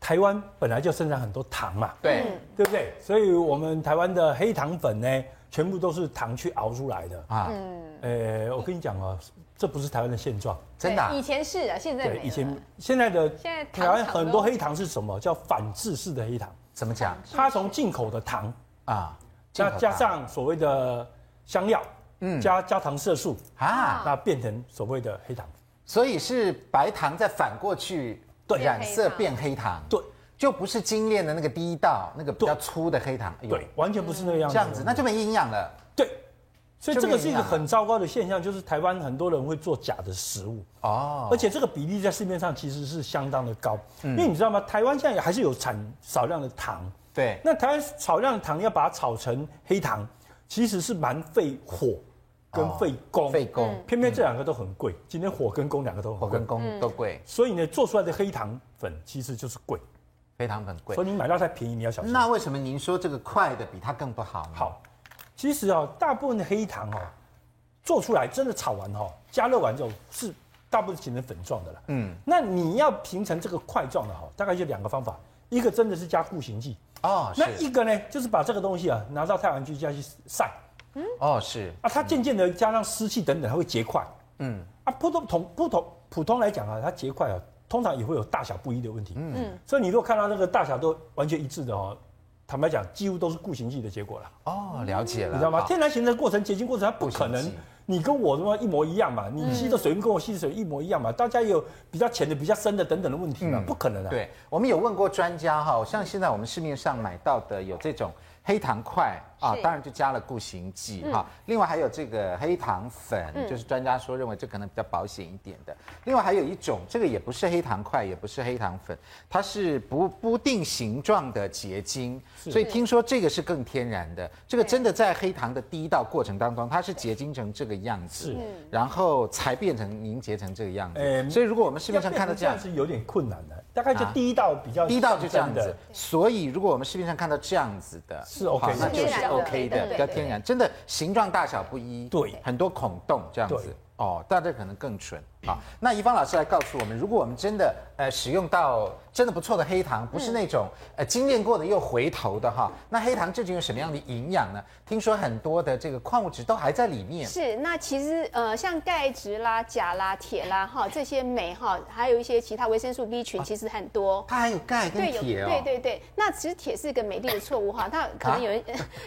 Speaker 5: 台湾本来就生产很多糖嘛，
Speaker 1: 对，
Speaker 2: 嗯
Speaker 5: 对不对？所以我们台湾的黑糖粉呢，全部都是糖去熬出来的。
Speaker 1: 啊，
Speaker 2: 嗯
Speaker 5: 呃，我跟你讲哦，这不是台湾的现状。
Speaker 1: 真的啊
Speaker 2: 对以前是啊，现在没
Speaker 5: 对，
Speaker 2: 了
Speaker 5: 以前现在的
Speaker 2: 现在糖
Speaker 5: 台湾很多
Speaker 2: 厂都
Speaker 5: 黑糖是什么？叫反制式的黑糖，
Speaker 1: 怎么讲
Speaker 5: 它从进口的糖，
Speaker 1: 啊？进
Speaker 5: 那
Speaker 1: 口糖
Speaker 5: 加上所谓的香料，嗯，加加糖色素，
Speaker 1: 啊，
Speaker 5: 那变成所谓的黑糖。
Speaker 1: 所以是白糖再反过去
Speaker 5: 对
Speaker 1: 染色变黑糖，
Speaker 5: 对
Speaker 1: 就不是精炼的那个第一道那个比较粗的黑糖，哎呦
Speaker 5: 对，，完全不是那个样子。
Speaker 1: 这样子那就没营养了。
Speaker 5: 对，所以
Speaker 1: 就
Speaker 5: 这
Speaker 1: 没有
Speaker 5: 个是一
Speaker 1: 营养
Speaker 5: 个
Speaker 1: 了
Speaker 5: 很糟糕的现象，就是台湾很多人会做假的食物。
Speaker 1: 哦，嗯
Speaker 5: 而且这个比例在市面上其实是相当的高，因为你知道吗？台湾现在还是有产少量的糖，
Speaker 1: 对，
Speaker 5: 那台湾少量的糖要把它炒成黑糖，其实是蛮费火跟
Speaker 1: 哦
Speaker 5: 费工，
Speaker 1: 费工嗯
Speaker 5: 偏偏这两个都很贵。今天火跟工两个都
Speaker 1: 火
Speaker 5: 很
Speaker 1: 跟
Speaker 5: 贵，
Speaker 1: 工都贵，
Speaker 5: 所以呢，做出来的黑糖粉其实就是贵，
Speaker 1: 黑糖粉贵
Speaker 5: 所。以你买到太便宜，你要小心。
Speaker 1: 那为什么您说这个快的比它更不好呢？，
Speaker 5: 好，其实啊、大部分的黑糖哦，做出来真的炒完哦，加热完之后是大部分形成粉状的了。嗯，那你要形成这个块状的哈、大概就两个方法，一个真的是加固形剂，
Speaker 1: 哦，
Speaker 5: 那
Speaker 1: 是，
Speaker 5: 一个呢就是把这个东西啊拿到太阳去下去晒
Speaker 1: 哦是，
Speaker 5: 啊，它渐渐的加上湿气等等，它会结块。
Speaker 1: 嗯，
Speaker 5: 啊，普通同普通普通来讲啊，它结块啊，通常也会有大小不一的问题。嗯，所以你如果看到那个大小都完全一致的哦，坦白讲，几乎都是固形剂的结果了。
Speaker 1: 哦，了解了，
Speaker 5: 你知道吗？
Speaker 1: 好
Speaker 5: 天然形成的过程、结晶过程，它不可
Speaker 1: 不嗯
Speaker 5: 能
Speaker 1: 行不行
Speaker 5: 你跟我他妈一模一样嘛，你吸的水跟我吸的水一模一样嘛，大家也有比较浅的、比较深的等等的问题嘛，不可能啊。，
Speaker 1: 嗯对，我们有问过专家哈，像现在我们市面上买到的有这种黑糖块啊，当然就加了固形剂哈、另外还有这个黑糖粉，就是专家说认为这可能比较保险一点的。另外还有一种，这个也不是黑糖块，也不是黑糖粉，它是不不定形状的结晶，所以听说这个是更天然的。这个真的在黑糖的第一道过程当中，它是结晶成这个样子，
Speaker 5: 是
Speaker 1: 然后才变成凝结成这个样子。
Speaker 5: 哎
Speaker 1: 所以如果我们市面
Speaker 5: 要
Speaker 1: 上
Speaker 5: 变
Speaker 1: 看到
Speaker 5: 成
Speaker 1: 这
Speaker 5: 这
Speaker 1: 样
Speaker 5: 样。是有点困难的，大概就
Speaker 1: 啊
Speaker 5: 第一道比较
Speaker 1: 低到就这样
Speaker 5: 深
Speaker 1: 子
Speaker 5: 呃的，，
Speaker 1: 所以如果我们市面上看到这样子的，
Speaker 5: 是 OK
Speaker 1: 好
Speaker 5: 的
Speaker 1: 那就
Speaker 6: 天
Speaker 1: 是
Speaker 6: 然的
Speaker 1: OK 的，
Speaker 6: 对
Speaker 1: 比较天然，真的形状大小不一，
Speaker 5: 对
Speaker 1: 很多孔洞这样子
Speaker 5: 对。
Speaker 1: 哦，但这可能更纯好，那怡芳老师来告诉我们，如果我们真的呃使用到真的不错的黑糖，不是那种、
Speaker 6: 嗯
Speaker 1: 呃精炼过的又回头的哈，那黑糖究竟有什么样的营养呢？听说很多的这个矿物质都还在里面，
Speaker 6: 是，那其实呃，像钙质啦、钾啦、铁啦，哈，这些镁哈，还有一些其他维生素 B 群，其实很多。
Speaker 1: 它还有钙跟
Speaker 6: 对，有
Speaker 1: 啊铁哦。啊
Speaker 6: 对对对，那其实铁是一个美丽的错误哈，那可能有人，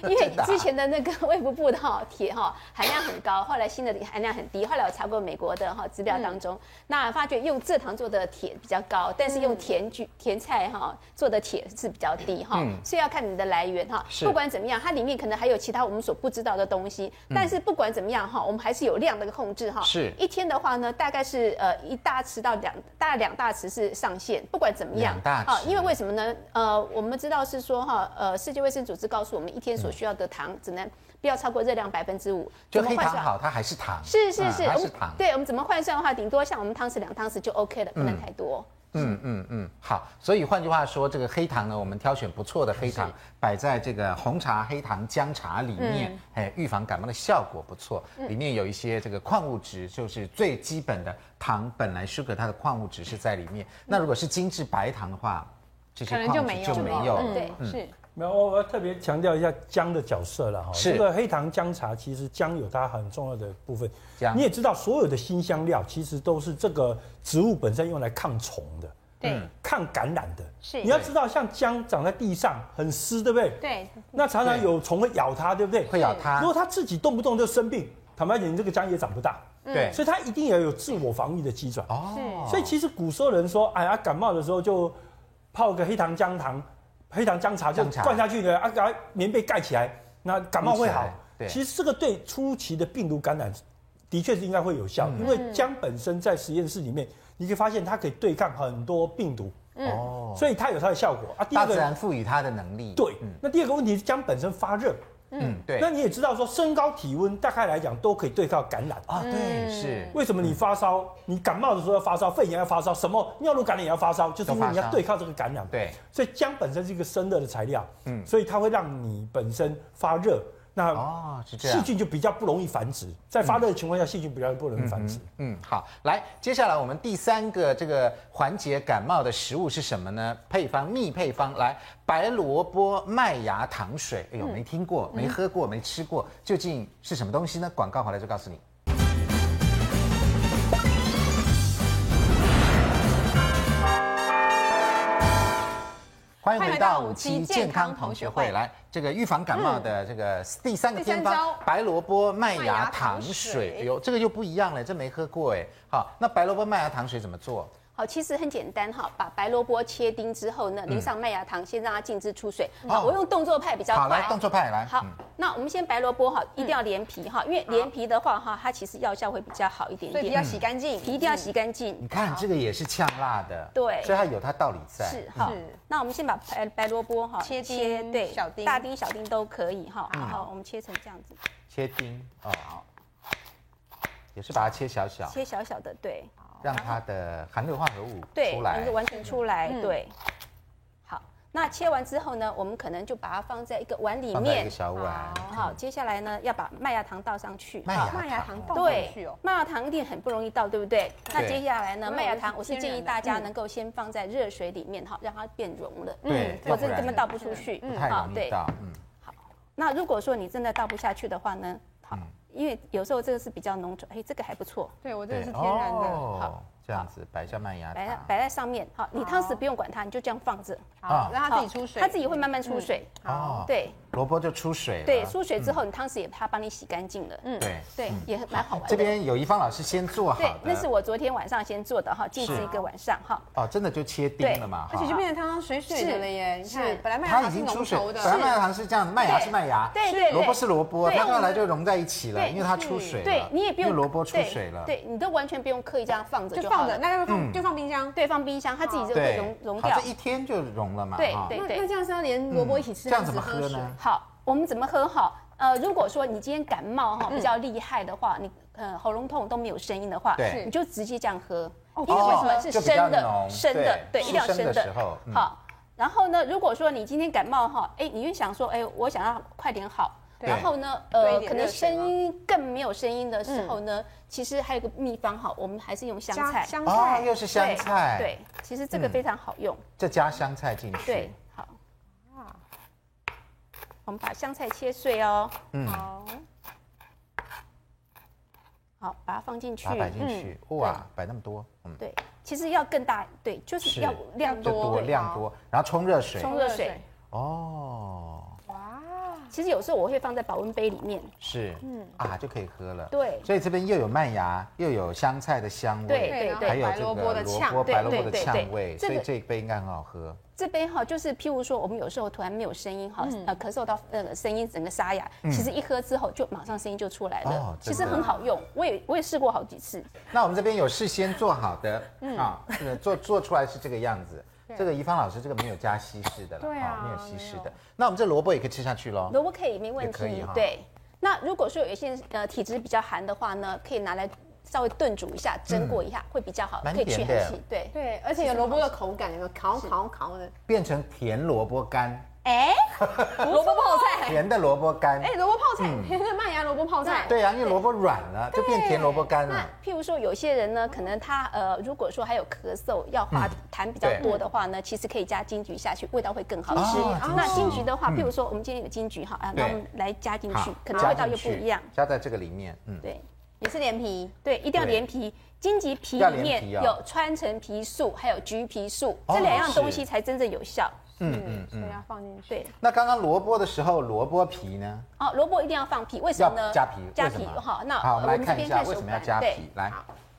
Speaker 6: 因
Speaker 1: *laughs*
Speaker 6: 为
Speaker 1: 真的啊
Speaker 6: 之前的那个 *laughs* 卫福部的哈铁哈含量很高，后来新的含量很低，后来我查过美国的哈资料当
Speaker 1: 嗯
Speaker 6: 中，那发觉用蔗糖做的铁比较高，但是用甜菊甜菜哈做的铁是比较低哈，所以要看你的来源哈。
Speaker 1: 嗯是
Speaker 6: 不管怎么样，它里面可能还有其他我们所不知道的东西，但是不管怎么样哈，我们还是有量的控制哈。
Speaker 1: 嗯是
Speaker 6: 一天的话呢，大概是呃一大匙到两大概两大匙是上限，不管怎么样
Speaker 1: 两大匙
Speaker 6: 啊因为为什么呢？呃，我们知道是说哈，呃，世界卫生组织告诉我们一天所需要的糖只能不要超过热量百分之五，
Speaker 1: 就
Speaker 6: 怎么
Speaker 1: 黑
Speaker 6: 换
Speaker 1: 糖
Speaker 6: 算
Speaker 1: 好，它还是糖，
Speaker 6: 是是
Speaker 1: 嗯
Speaker 6: 是，
Speaker 1: 还
Speaker 6: 我
Speaker 1: 是
Speaker 6: 们
Speaker 1: 糖。
Speaker 6: 对我们怎么换算的话，顶多像我们汤匙两汤匙就 OK 了，不能太多。
Speaker 1: 嗯嗯嗯，好。所以换句话说，这个黑糖呢，我们挑选不错的黑糖，摆在这个红茶、黑糖、姜茶里面，哎，预防感冒的效果不错。里面有一些这个矿物质，就是最基本的糖本来 sugar 它的矿物质是在里面。那如果是精致白糖的话，这些
Speaker 2: 可能
Speaker 1: 矿
Speaker 2: 就
Speaker 1: 物
Speaker 2: 没
Speaker 1: 质
Speaker 2: 有
Speaker 1: 就
Speaker 2: 了
Speaker 1: 没有了。嗯
Speaker 6: 对，
Speaker 2: 嗯是
Speaker 5: 没有，我我要特别强调一下姜的角色了哈。
Speaker 1: 是
Speaker 5: 这个黑糖姜茶，其实姜有它很重要的部分。
Speaker 1: 姜
Speaker 5: 你也知道，所有的新香料其实都是这个植物本身用来抗虫的。
Speaker 4: 对
Speaker 5: 抗感染的。
Speaker 2: 是
Speaker 5: 你要知道，像姜长在地上很湿，对不对？
Speaker 4: 对，
Speaker 5: 那常常
Speaker 1: 对
Speaker 5: 有虫会咬它，对不对？
Speaker 1: 会咬它
Speaker 5: 如果它自己动不动就生病，坦白讲，你这个姜也长不大。
Speaker 1: 对
Speaker 5: 所以它一定要有自我防御的机转。
Speaker 1: 哦
Speaker 5: 所以其实古时候人说，哎呀，感冒的时候就泡个黑糖姜糖、黑糖姜茶就
Speaker 1: 姜茶
Speaker 5: 灌下去的，啊，把棉被盖起来，那感冒会
Speaker 1: 捂起
Speaker 5: 好
Speaker 1: 来。对
Speaker 5: 其实这个对初期的病毒感染的确是应该会有
Speaker 1: 嗯
Speaker 5: 效，因为姜本身在实验室里面，你可以发现它可以对抗很多病毒，
Speaker 1: 哦，
Speaker 5: 所以它有它的效果啊。第
Speaker 1: 大
Speaker 5: 二
Speaker 1: 自
Speaker 5: 个，
Speaker 1: 然嗯赋予它的能力。
Speaker 5: 对，那第二个问题是姜本身发热，
Speaker 1: 嗯，对
Speaker 5: 那。你也知道说升高体温大概来讲都可以对抗感染。
Speaker 1: 啊，对，是
Speaker 5: 为什么你发烧，
Speaker 1: 嗯
Speaker 5: 你感冒的时候要发烧，肺炎要发烧，什么尿路感染也要发烧，就是因为你
Speaker 1: 都发烧
Speaker 5: 要对抗这个感染。
Speaker 1: 对，
Speaker 5: 所以姜本身是一个生热的材料，
Speaker 1: 嗯
Speaker 5: 嗯，所以它会让你本身发热，那
Speaker 1: 哦，是这样
Speaker 5: 细。菌就比较不容易繁殖。在发热的情况下，细菌比较不容易繁殖。
Speaker 1: 嗯，好，来，接下来我们第三个这个缓解感冒的食物是什么呢？配方秘配方，来，白萝卜麦芽糖水。哎呦，没听过，没喝过，没吃过，究竟是什么东西呢？广告回来就告诉你。欢迎回到五期健康同学会。来，这个预防感冒的这个第三个
Speaker 2: 第三
Speaker 1: 偏方
Speaker 2: 招，
Speaker 1: 白萝卜麦
Speaker 2: 麦
Speaker 1: 芽
Speaker 2: 芽
Speaker 1: 糖
Speaker 2: 糖
Speaker 1: 水。
Speaker 2: 水
Speaker 1: 哎呦，这个又不一样了，这没喝过哎。好，那白萝卜麦芽糖水怎么做？
Speaker 6: 好，其实很简单哈，把白萝卜切丁之后
Speaker 1: 嗯
Speaker 6: 呢，淋上麦芽糖，先让它静置出水。好，我用动作派比较
Speaker 1: 哦好，
Speaker 6: 快
Speaker 1: 来
Speaker 6: 哦。
Speaker 1: 动作派来。
Speaker 6: 好
Speaker 1: 嗯，
Speaker 6: 那我们先白萝卜哈，一定要连皮哈，因为连皮的话哈，它其实药效会比较好一点
Speaker 2: 所以皮
Speaker 6: 点
Speaker 2: 要。洗干净，嗯
Speaker 6: 皮嗯一定要洗干净
Speaker 1: 你。看这个也是呛辣的，
Speaker 6: 对
Speaker 1: 所以它有它道理在。
Speaker 6: 是哈，那我们先把白白萝卜哈
Speaker 2: 切丁
Speaker 6: 对，
Speaker 2: 小丁
Speaker 6: 大丁、小丁都可以哈。
Speaker 1: 嗯
Speaker 6: 好，我们切成这样子，
Speaker 1: 切丁哦，好也是把它切小小，
Speaker 6: 切小小的，对
Speaker 1: 让它的含硫化合物
Speaker 6: 对，
Speaker 1: 出
Speaker 6: 能
Speaker 1: 来
Speaker 6: 够。完全出来，
Speaker 2: 嗯
Speaker 6: 对。好，那切完之后呢，我们可能就把它放在一个碗里
Speaker 1: 放在一
Speaker 6: 面
Speaker 1: 个。小碗。
Speaker 6: 好，接下来呢，要把麦芽糖倒上去。
Speaker 1: 麦
Speaker 6: 好
Speaker 1: 芽糖
Speaker 2: 倒上去
Speaker 6: 对
Speaker 2: 哦，
Speaker 6: 麦芽糖一定很不容易倒，对不对？那接下来呢，
Speaker 4: 对
Speaker 6: 麦芽糖我是
Speaker 4: 天然
Speaker 6: 建
Speaker 4: 的
Speaker 6: 议大家能够先放在热水里面哈，让它变溶了。
Speaker 1: 对
Speaker 6: 我
Speaker 1: 要不
Speaker 6: 真的
Speaker 1: 然
Speaker 6: 根本倒不出去，
Speaker 1: 嗯不太容易
Speaker 6: 对。
Speaker 1: 到，嗯，
Speaker 6: 那如果说你真的倒不下去的话呢，好，
Speaker 1: 嗯
Speaker 6: 因为有时候这个是比较浓稠，哎，这个还不错，
Speaker 2: 对我这个
Speaker 1: 对
Speaker 2: 是天然的，
Speaker 1: 哦
Speaker 6: 好，
Speaker 1: 这样子摆一下麦芽
Speaker 6: 摆在
Speaker 1: 糖。
Speaker 6: 摆在上面。好，你汤匙不用管它，你就这样放着，
Speaker 1: 啊
Speaker 2: 好，让它自己出水，
Speaker 6: 它自己会慢慢出水。
Speaker 1: 哦，
Speaker 6: 对
Speaker 1: 萝卜就出水了。
Speaker 6: 对，出水之后，
Speaker 1: 嗯
Speaker 6: 你汤匙也它帮你洗干净了。嗯，
Speaker 1: 对
Speaker 6: 对，也很蛮好玩的。
Speaker 1: 这边有一方老师先做好
Speaker 6: 对
Speaker 1: 的，，
Speaker 6: 那是我昨天晚上先做的哈，静置一个晚上哈。
Speaker 1: 哦，真的就切丁了嘛，
Speaker 2: 而且就变成汤汤水水的了耶。你看，本来麦芽
Speaker 1: 它
Speaker 2: 糖
Speaker 1: 已
Speaker 2: 是
Speaker 1: 经
Speaker 2: 浓
Speaker 1: 出水，
Speaker 2: 稠
Speaker 1: 本
Speaker 2: 的，
Speaker 1: 来麦芽糖是这样子，麦芽是麦芽，
Speaker 6: 对对对
Speaker 1: 萝卜是萝卜，
Speaker 6: 对
Speaker 1: 它后来就融在一起了，
Speaker 6: 对
Speaker 1: 因为它出水了，
Speaker 6: 对你也不用
Speaker 1: 因为萝卜出
Speaker 6: 对
Speaker 1: 水了，
Speaker 6: 对你都完全不用刻意这样放着
Speaker 2: 就
Speaker 6: 就好
Speaker 2: 放着，
Speaker 6: 了。
Speaker 2: 那要放就放冰箱。
Speaker 6: 对，放冰箱，它自己就会
Speaker 1: 对，
Speaker 6: 溶溶
Speaker 1: 好
Speaker 6: 掉
Speaker 1: 这。一天就融了嘛，
Speaker 6: 对
Speaker 1: 哈
Speaker 6: 对
Speaker 2: 那那这样是要连萝卜一起吃，
Speaker 1: 嗯这样
Speaker 2: 还是
Speaker 1: 怎么
Speaker 2: 只
Speaker 1: 喝
Speaker 2: 水
Speaker 1: 呢？？
Speaker 6: 好，我们怎么喝哈？呃，如果说你今天感冒哈
Speaker 1: 嗯
Speaker 6: 比较厉害的话，你呃喉咙痛都没有声音的话
Speaker 1: 对，
Speaker 6: 你就直接这样喝，因为
Speaker 1: 哦
Speaker 6: 为什么是
Speaker 1: 就比较
Speaker 6: 生的
Speaker 1: 浓，
Speaker 6: 生的，
Speaker 1: 对
Speaker 6: 对，一定要
Speaker 1: 是生
Speaker 6: 生
Speaker 1: 的
Speaker 6: 的
Speaker 1: 时候嗯
Speaker 6: 好，然后呢，如果说你今天感冒哈，哎，你又想说，哎，我想要快点好。
Speaker 1: 对
Speaker 6: 然后呢，
Speaker 2: 兑
Speaker 6: 呃
Speaker 2: 一，点
Speaker 6: 可能
Speaker 2: 热水
Speaker 6: 声
Speaker 2: 吗
Speaker 6: 音更没有声音的时候呢，其实还有个秘方哈，我们还是用香
Speaker 2: 加
Speaker 6: 菜，
Speaker 2: 香
Speaker 1: 哦，
Speaker 2: 菜，
Speaker 1: 又是嗯香菜，嗯
Speaker 6: 对，，对，其实这个非常好用。
Speaker 1: 这加香菜进去，
Speaker 6: 对，，好。啊我们把香菜切碎哦，
Speaker 1: 嗯，
Speaker 6: 好，把它放进去
Speaker 1: 把它。摆进去，哇，摆那么多，嗯，
Speaker 6: 对，其实要更大，对，就是
Speaker 1: 是
Speaker 6: 要量
Speaker 1: 就多
Speaker 6: 多，
Speaker 1: 量多，然后冲热水，
Speaker 6: 冲热水。
Speaker 1: 哦，
Speaker 6: 其实有时候我会放在保温杯里面，
Speaker 1: 是，嗯啊，就可以喝了，
Speaker 6: 对
Speaker 1: 所以这边又有麦芽，又有香菜的香味，
Speaker 6: 对对对
Speaker 1: 还有
Speaker 2: 白
Speaker 1: 这
Speaker 2: 萝
Speaker 1: 个
Speaker 2: 卜的
Speaker 1: 萝卜
Speaker 2: 呛，
Speaker 1: 白萝
Speaker 6: 对
Speaker 1: 卜的
Speaker 6: 对
Speaker 1: 呛
Speaker 6: 对
Speaker 1: 味，
Speaker 6: 这
Speaker 1: 所
Speaker 6: 个
Speaker 1: 以这一杯应该很好喝。
Speaker 6: 这边哈，就是譬如说，我们有时候突然没有声音哈，呃，咳嗽到那个声音整个沙哑，其实一喝之后就马上声音就出来
Speaker 1: 嗯哦
Speaker 6: 了，其
Speaker 1: 真
Speaker 6: 实
Speaker 1: 的
Speaker 6: 很好用，我也我也试过好几次。
Speaker 1: 那我们这边有事先做好的，
Speaker 6: 嗯
Speaker 1: 啊，这个做做出来是这个样子。这个怡芳老师这个没有加稀释的了，
Speaker 4: 对啊
Speaker 1: 好没有稀释的。那我们这萝卜也可以吃下去喽。
Speaker 6: 萝卜可以，没问
Speaker 1: 也可以
Speaker 6: 题
Speaker 1: 哈。
Speaker 6: 对，那如果说有一些呃体质比较寒的话呢，可以拿来稍微炖煮一下，蒸过一下、会比较好，
Speaker 1: 嗯蛮
Speaker 6: 可以去
Speaker 1: 甜
Speaker 6: 寒
Speaker 1: 的
Speaker 6: 气。对，
Speaker 2: 对，而且有萝卜的口感，有没有烤烤烤的？
Speaker 1: 变成甜萝卜干，
Speaker 6: 哎、
Speaker 1: *laughs*
Speaker 2: 萝卜泡菜，
Speaker 1: 甜的萝卜干。
Speaker 2: 哎，萝卜泡
Speaker 1: 嗯
Speaker 2: *laughs* 菜，甜的麦芽萝卜泡菜，
Speaker 1: 对啊，因为萝卜软了，就变甜萝卜干
Speaker 6: 那
Speaker 1: 了。
Speaker 6: 譬如说，有些人呢，可能他呃，如果说还有咳嗽，要
Speaker 1: 嗯
Speaker 6: 化痰比较多的话呢，其实可以加金桔下去，味道会更好吃。
Speaker 1: 哦金桔
Speaker 6: 那金桔的话，譬如说我们今天有金桔哈，啊，
Speaker 1: 对
Speaker 6: 那我们来加进去
Speaker 1: 好，
Speaker 6: 可能
Speaker 1: 加
Speaker 6: 味道
Speaker 1: 进
Speaker 6: 又不
Speaker 1: 去
Speaker 6: 一样。
Speaker 1: 加在这个里面，嗯，
Speaker 6: 对
Speaker 2: 也是连皮，
Speaker 6: 对，一定要
Speaker 1: 对
Speaker 6: 连皮。荆棘皮
Speaker 1: 要
Speaker 6: 里
Speaker 1: 连
Speaker 6: 面
Speaker 1: 皮啊
Speaker 6: 有穿橙皮素，还有橘皮素，
Speaker 1: 哦
Speaker 6: 这两样东
Speaker 1: 是
Speaker 6: 西才真正有效。
Speaker 2: 所以要放进去。
Speaker 6: 对，
Speaker 1: 那刚刚萝卜的时候，萝卜皮呢？
Speaker 6: 哦，萝卜一定要放皮，为什
Speaker 1: 要
Speaker 6: 么呢？
Speaker 1: 加皮，
Speaker 6: 加
Speaker 1: 为什
Speaker 6: 皮
Speaker 1: 么
Speaker 6: 哈。那
Speaker 1: 好，我们来
Speaker 6: 这
Speaker 1: 看一
Speaker 6: 边
Speaker 1: 下
Speaker 6: 看
Speaker 1: 为
Speaker 6: 手
Speaker 1: 什么要
Speaker 6: 感。
Speaker 1: 加
Speaker 6: 对
Speaker 1: 皮。来，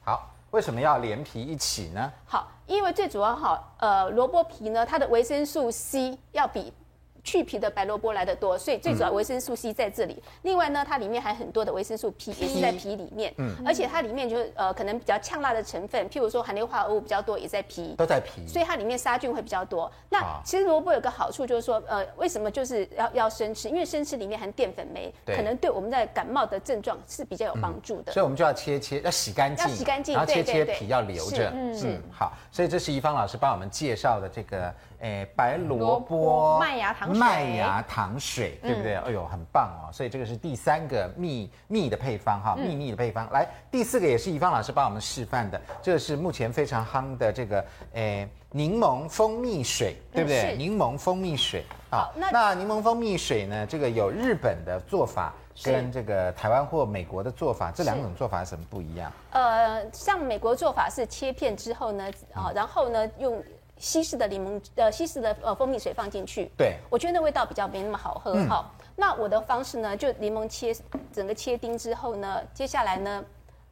Speaker 1: 好，为什么要连皮一起呢？
Speaker 6: 好，因为最主要哈，呃，萝卜皮呢，它的维生素 C 要比呃去皮的白萝卜来的多，所以最主要维生素 C 在这里。另外呢，它里面还很多的维生素 P 也是在皮里面，嗯，而且它里面就是呃，可能比较呛辣的成分，譬如说含硫化合物比较多，也在皮。
Speaker 1: 都在皮，
Speaker 6: 所以它里面杀菌会比较多。那
Speaker 1: 啊
Speaker 6: 其实萝卜有个好处就是说，呃，为什么就是要要生吃？因为生吃里面含淀粉酶，
Speaker 1: 对嗯
Speaker 6: 可能对我们在感冒的症状是比较有帮助的。
Speaker 1: 所以我们就要切切，要洗干净，
Speaker 6: 要洗干净
Speaker 1: 然后切
Speaker 6: 对
Speaker 1: 切
Speaker 6: 对对
Speaker 1: 皮要留着。
Speaker 6: 是
Speaker 1: 嗯，好，所以这是怡芳老师帮我们介绍的这个，诶，白萝
Speaker 2: 萝卜
Speaker 1: 卜
Speaker 2: 麦芽糖水
Speaker 1: 麦芽糖水，对不
Speaker 6: 嗯
Speaker 1: 对？哎呦，很棒哦！所以这个是第三个秘秘的配方
Speaker 6: 嗯
Speaker 1: 哈，秘密的配方。来，第四个也是怡芳老师帮我们示范的，这是目前非常夯的这个，诶，柠檬蜂蜜水，对不对？
Speaker 6: 嗯是
Speaker 1: 柠檬蜂蜜水。好
Speaker 6: 好，那
Speaker 1: 那柠檬蜂蜜水呢？这个有日本的做法。跟这个台湾或美国的做法，这两种做法有什么不一样？
Speaker 6: 呃，像美国做法是切片之后呢，
Speaker 1: 嗯
Speaker 6: 啊、然后呢用稀释的柠檬呃稀释的呃蜂蜜水放进去。
Speaker 1: 对嗯
Speaker 6: 我觉得那味道比较没那么好喝哈、那我的方式呢，就柠檬切整个切丁之后呢，接下来呢，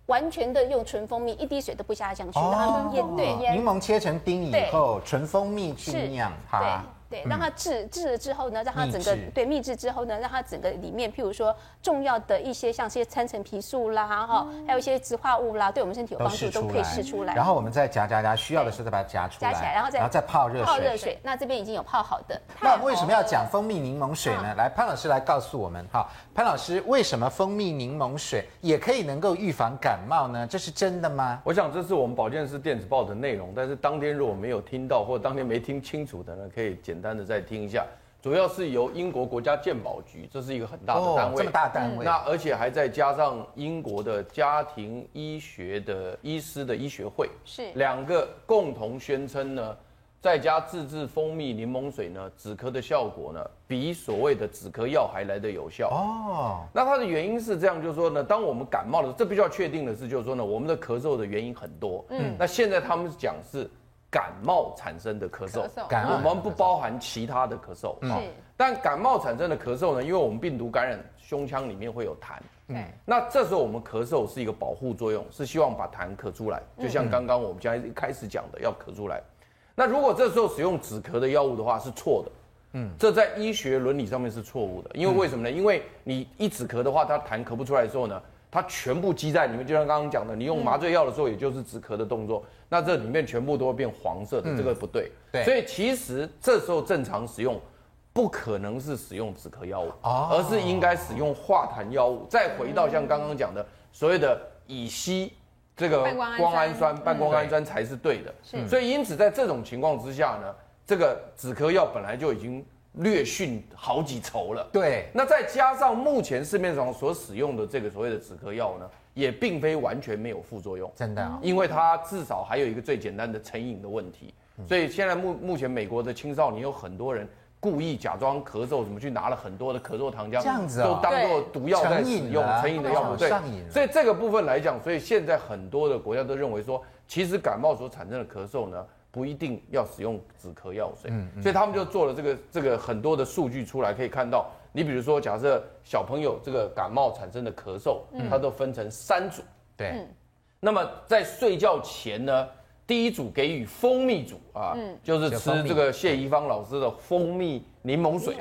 Speaker 6: 完全的用纯蜂蜜，一滴水都不加上
Speaker 1: 哦
Speaker 6: 去，让它腌对
Speaker 1: 柠
Speaker 6: 腌
Speaker 1: 檬切成丁以后，纯蜂蜜去
Speaker 6: 是
Speaker 1: 酿嗯
Speaker 6: 对
Speaker 1: 它。
Speaker 6: 对，让它制制了之后呢，让它
Speaker 1: 啊秘
Speaker 6: 整个
Speaker 1: 制
Speaker 6: 对秘制之后呢，让它整个里面，譬如说重要的一些像这些参陈皮素啦哈、还有一些植化物啦，对我们身体有帮助
Speaker 1: 试
Speaker 6: 都
Speaker 1: 出
Speaker 6: 可以
Speaker 1: 来，
Speaker 6: 试出来。
Speaker 1: 然后我们再夹夹夹，需要的时候再把它夹出来，
Speaker 6: 加起来，然后再
Speaker 1: 泡热水。
Speaker 6: 泡热水，哦那这边已经有泡好的，
Speaker 1: 那为什么要讲蜂蜜柠檬水呢？
Speaker 6: 嗯
Speaker 1: 来，潘老师来告诉我们哈，潘老师为什么蜂蜜柠檬水也可以能够预防感冒呢？这是真的吗？
Speaker 7: 我想这是我们保健师电子报的内容，但是当天如果没有听到或当天没听清楚的呢，可以简单的再听一下。主要是由英国国家健保局，这是一个很大的单位，
Speaker 1: 哦这么大单位，
Speaker 6: 嗯
Speaker 7: 那而且还再加上英国的家庭医学的医师的医学会，
Speaker 2: 是
Speaker 7: 两个共同宣称呢，在家自制蜂蜜柠檬水呢，止咳的效果呢，比所谓的止咳药还来得有效。
Speaker 1: 哦，
Speaker 7: 那它的原因是这样，就是说呢，当我们感冒的时候，这必须要确定的是，就是说呢，我们的咳嗽的原因很多。嗯，那现在他们讲是感冒产生的咳
Speaker 2: 咳，
Speaker 7: 嗽
Speaker 2: 嗽
Speaker 1: 感冒
Speaker 7: 我们不包含其他的咳嗽。啊。但感冒产生的咳嗽呢，因为我们病毒感染，胸腔里面会有痰。嗯，那这时候我们咳嗽是一个保护作用，是希望把痰咳出来，就像刚刚我们刚一开始讲的，要咳出来。那如果这时候使用止咳的药物的话，是错的。这在医学伦理上面是错误的，因为为什么呢？因为你一止咳的话，它痰咳不出来的时候呢，它全部积在里面，就像刚刚讲的，你用麻醉药的时候，也就是止咳的动作，那这里面全部都会变黄色的，这个不对。
Speaker 1: 对
Speaker 7: 所以其实这时候正常使用。不可能是使用止咳药物，而是应该使用化痰药物。再回到像刚刚讲的所谓的乙烯这个
Speaker 2: 半胱氨酸
Speaker 7: 胱氨酸、半胱氨酸才是对的。所以因此在这种情况之下呢，这个止咳药本来就已经略逊好几筹了。
Speaker 1: 对，
Speaker 7: 那再加上目前市面上所使用的这个所谓的止咳药呢，也并非完全没有副作用，
Speaker 1: 真的
Speaker 2: 嗯
Speaker 1: 哦
Speaker 7: 啊因为它至少还有一个最简单的成瘾的问题。
Speaker 1: 嗯
Speaker 7: 所以现在目目前美国的青少年有很多人故意假装咳嗽，怎么去拿了很多的咳嗽糖浆，
Speaker 1: 这样子
Speaker 7: 都
Speaker 1: 哦
Speaker 7: 当做毒药在使
Speaker 1: 成瘾
Speaker 7: 用
Speaker 1: 了啊，
Speaker 7: 成瘾的药物，对
Speaker 1: 上瘾了
Speaker 7: 所以这个部分来讲，所以现在很多的国家都认为说，其实感冒所产生的咳嗽呢。不一定要使用止咳药水，
Speaker 1: 嗯
Speaker 7: 所以他们就做了这个这个很多的数据出来，可以看到，你比如说，假设小朋友这个感冒产生的咳嗽，
Speaker 1: 嗯
Speaker 7: 它都分成三组，
Speaker 1: 对，
Speaker 2: 嗯
Speaker 7: 那么在睡觉前呢，第一组给予蜂蜜组啊，就是
Speaker 1: 就蜂
Speaker 7: 吃
Speaker 1: 蜜
Speaker 7: 这个谢宜芳老师的蜂蜜柠檬水，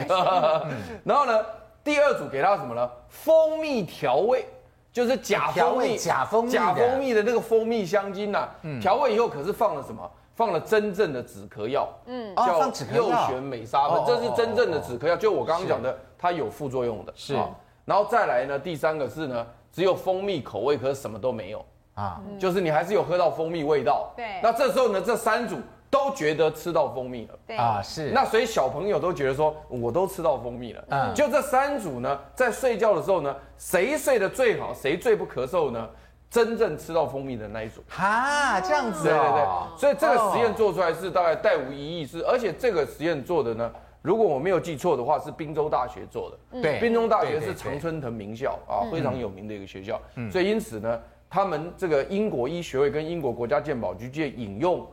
Speaker 7: *laughs* 然后呢，第二组给他什么呢？蜂蜜调味。就是假
Speaker 1: 哦调
Speaker 7: 蜂蜜，
Speaker 1: 味假蜂蜜的嗯
Speaker 7: 假蜂蜜的那个蜂蜜香精呐、调味以后可是放了什么？放了真正的止咳药，嗯，
Speaker 1: 哦放止咳药
Speaker 7: 右旋美沙
Speaker 1: 哦
Speaker 7: 芬
Speaker 1: 哦，
Speaker 7: 这是真正的止咳药，就我刚
Speaker 1: 是
Speaker 7: 刚讲的，它有副作用的，
Speaker 1: 是
Speaker 7: 啊然后再来呢，第三个是呢，只有蜂蜜口味，可是什么都没有。
Speaker 1: 啊，
Speaker 7: 就是你还是有喝到蜂蜜味道。
Speaker 2: 对
Speaker 7: 那这时候呢，这三组都觉得吃到蜂蜜了。
Speaker 2: 对
Speaker 1: 啊是，
Speaker 7: 那所以小朋友都觉得说，我都吃到蜂蜜了。
Speaker 1: 嗯
Speaker 7: 就这三组呢，在睡觉的时候呢，谁睡得最好，谁最不咳嗽呢？真正吃到蜂蜜的那一组。
Speaker 1: 哈这样子
Speaker 7: 对对
Speaker 1: 哦，
Speaker 7: 对，所以这个实验做出来是大概带无疑义是，而且这个实验做的呢，如果我没有记错的话，是滨州大学做的。
Speaker 1: 对
Speaker 7: 滨州大学
Speaker 1: 对对嗯
Speaker 7: 是
Speaker 1: 对
Speaker 7: 常春藤名校啊，
Speaker 1: 嗯
Speaker 7: 非常有名的一个学校，所以因此呢，他们这个英国医学会跟英国国家健保局借引用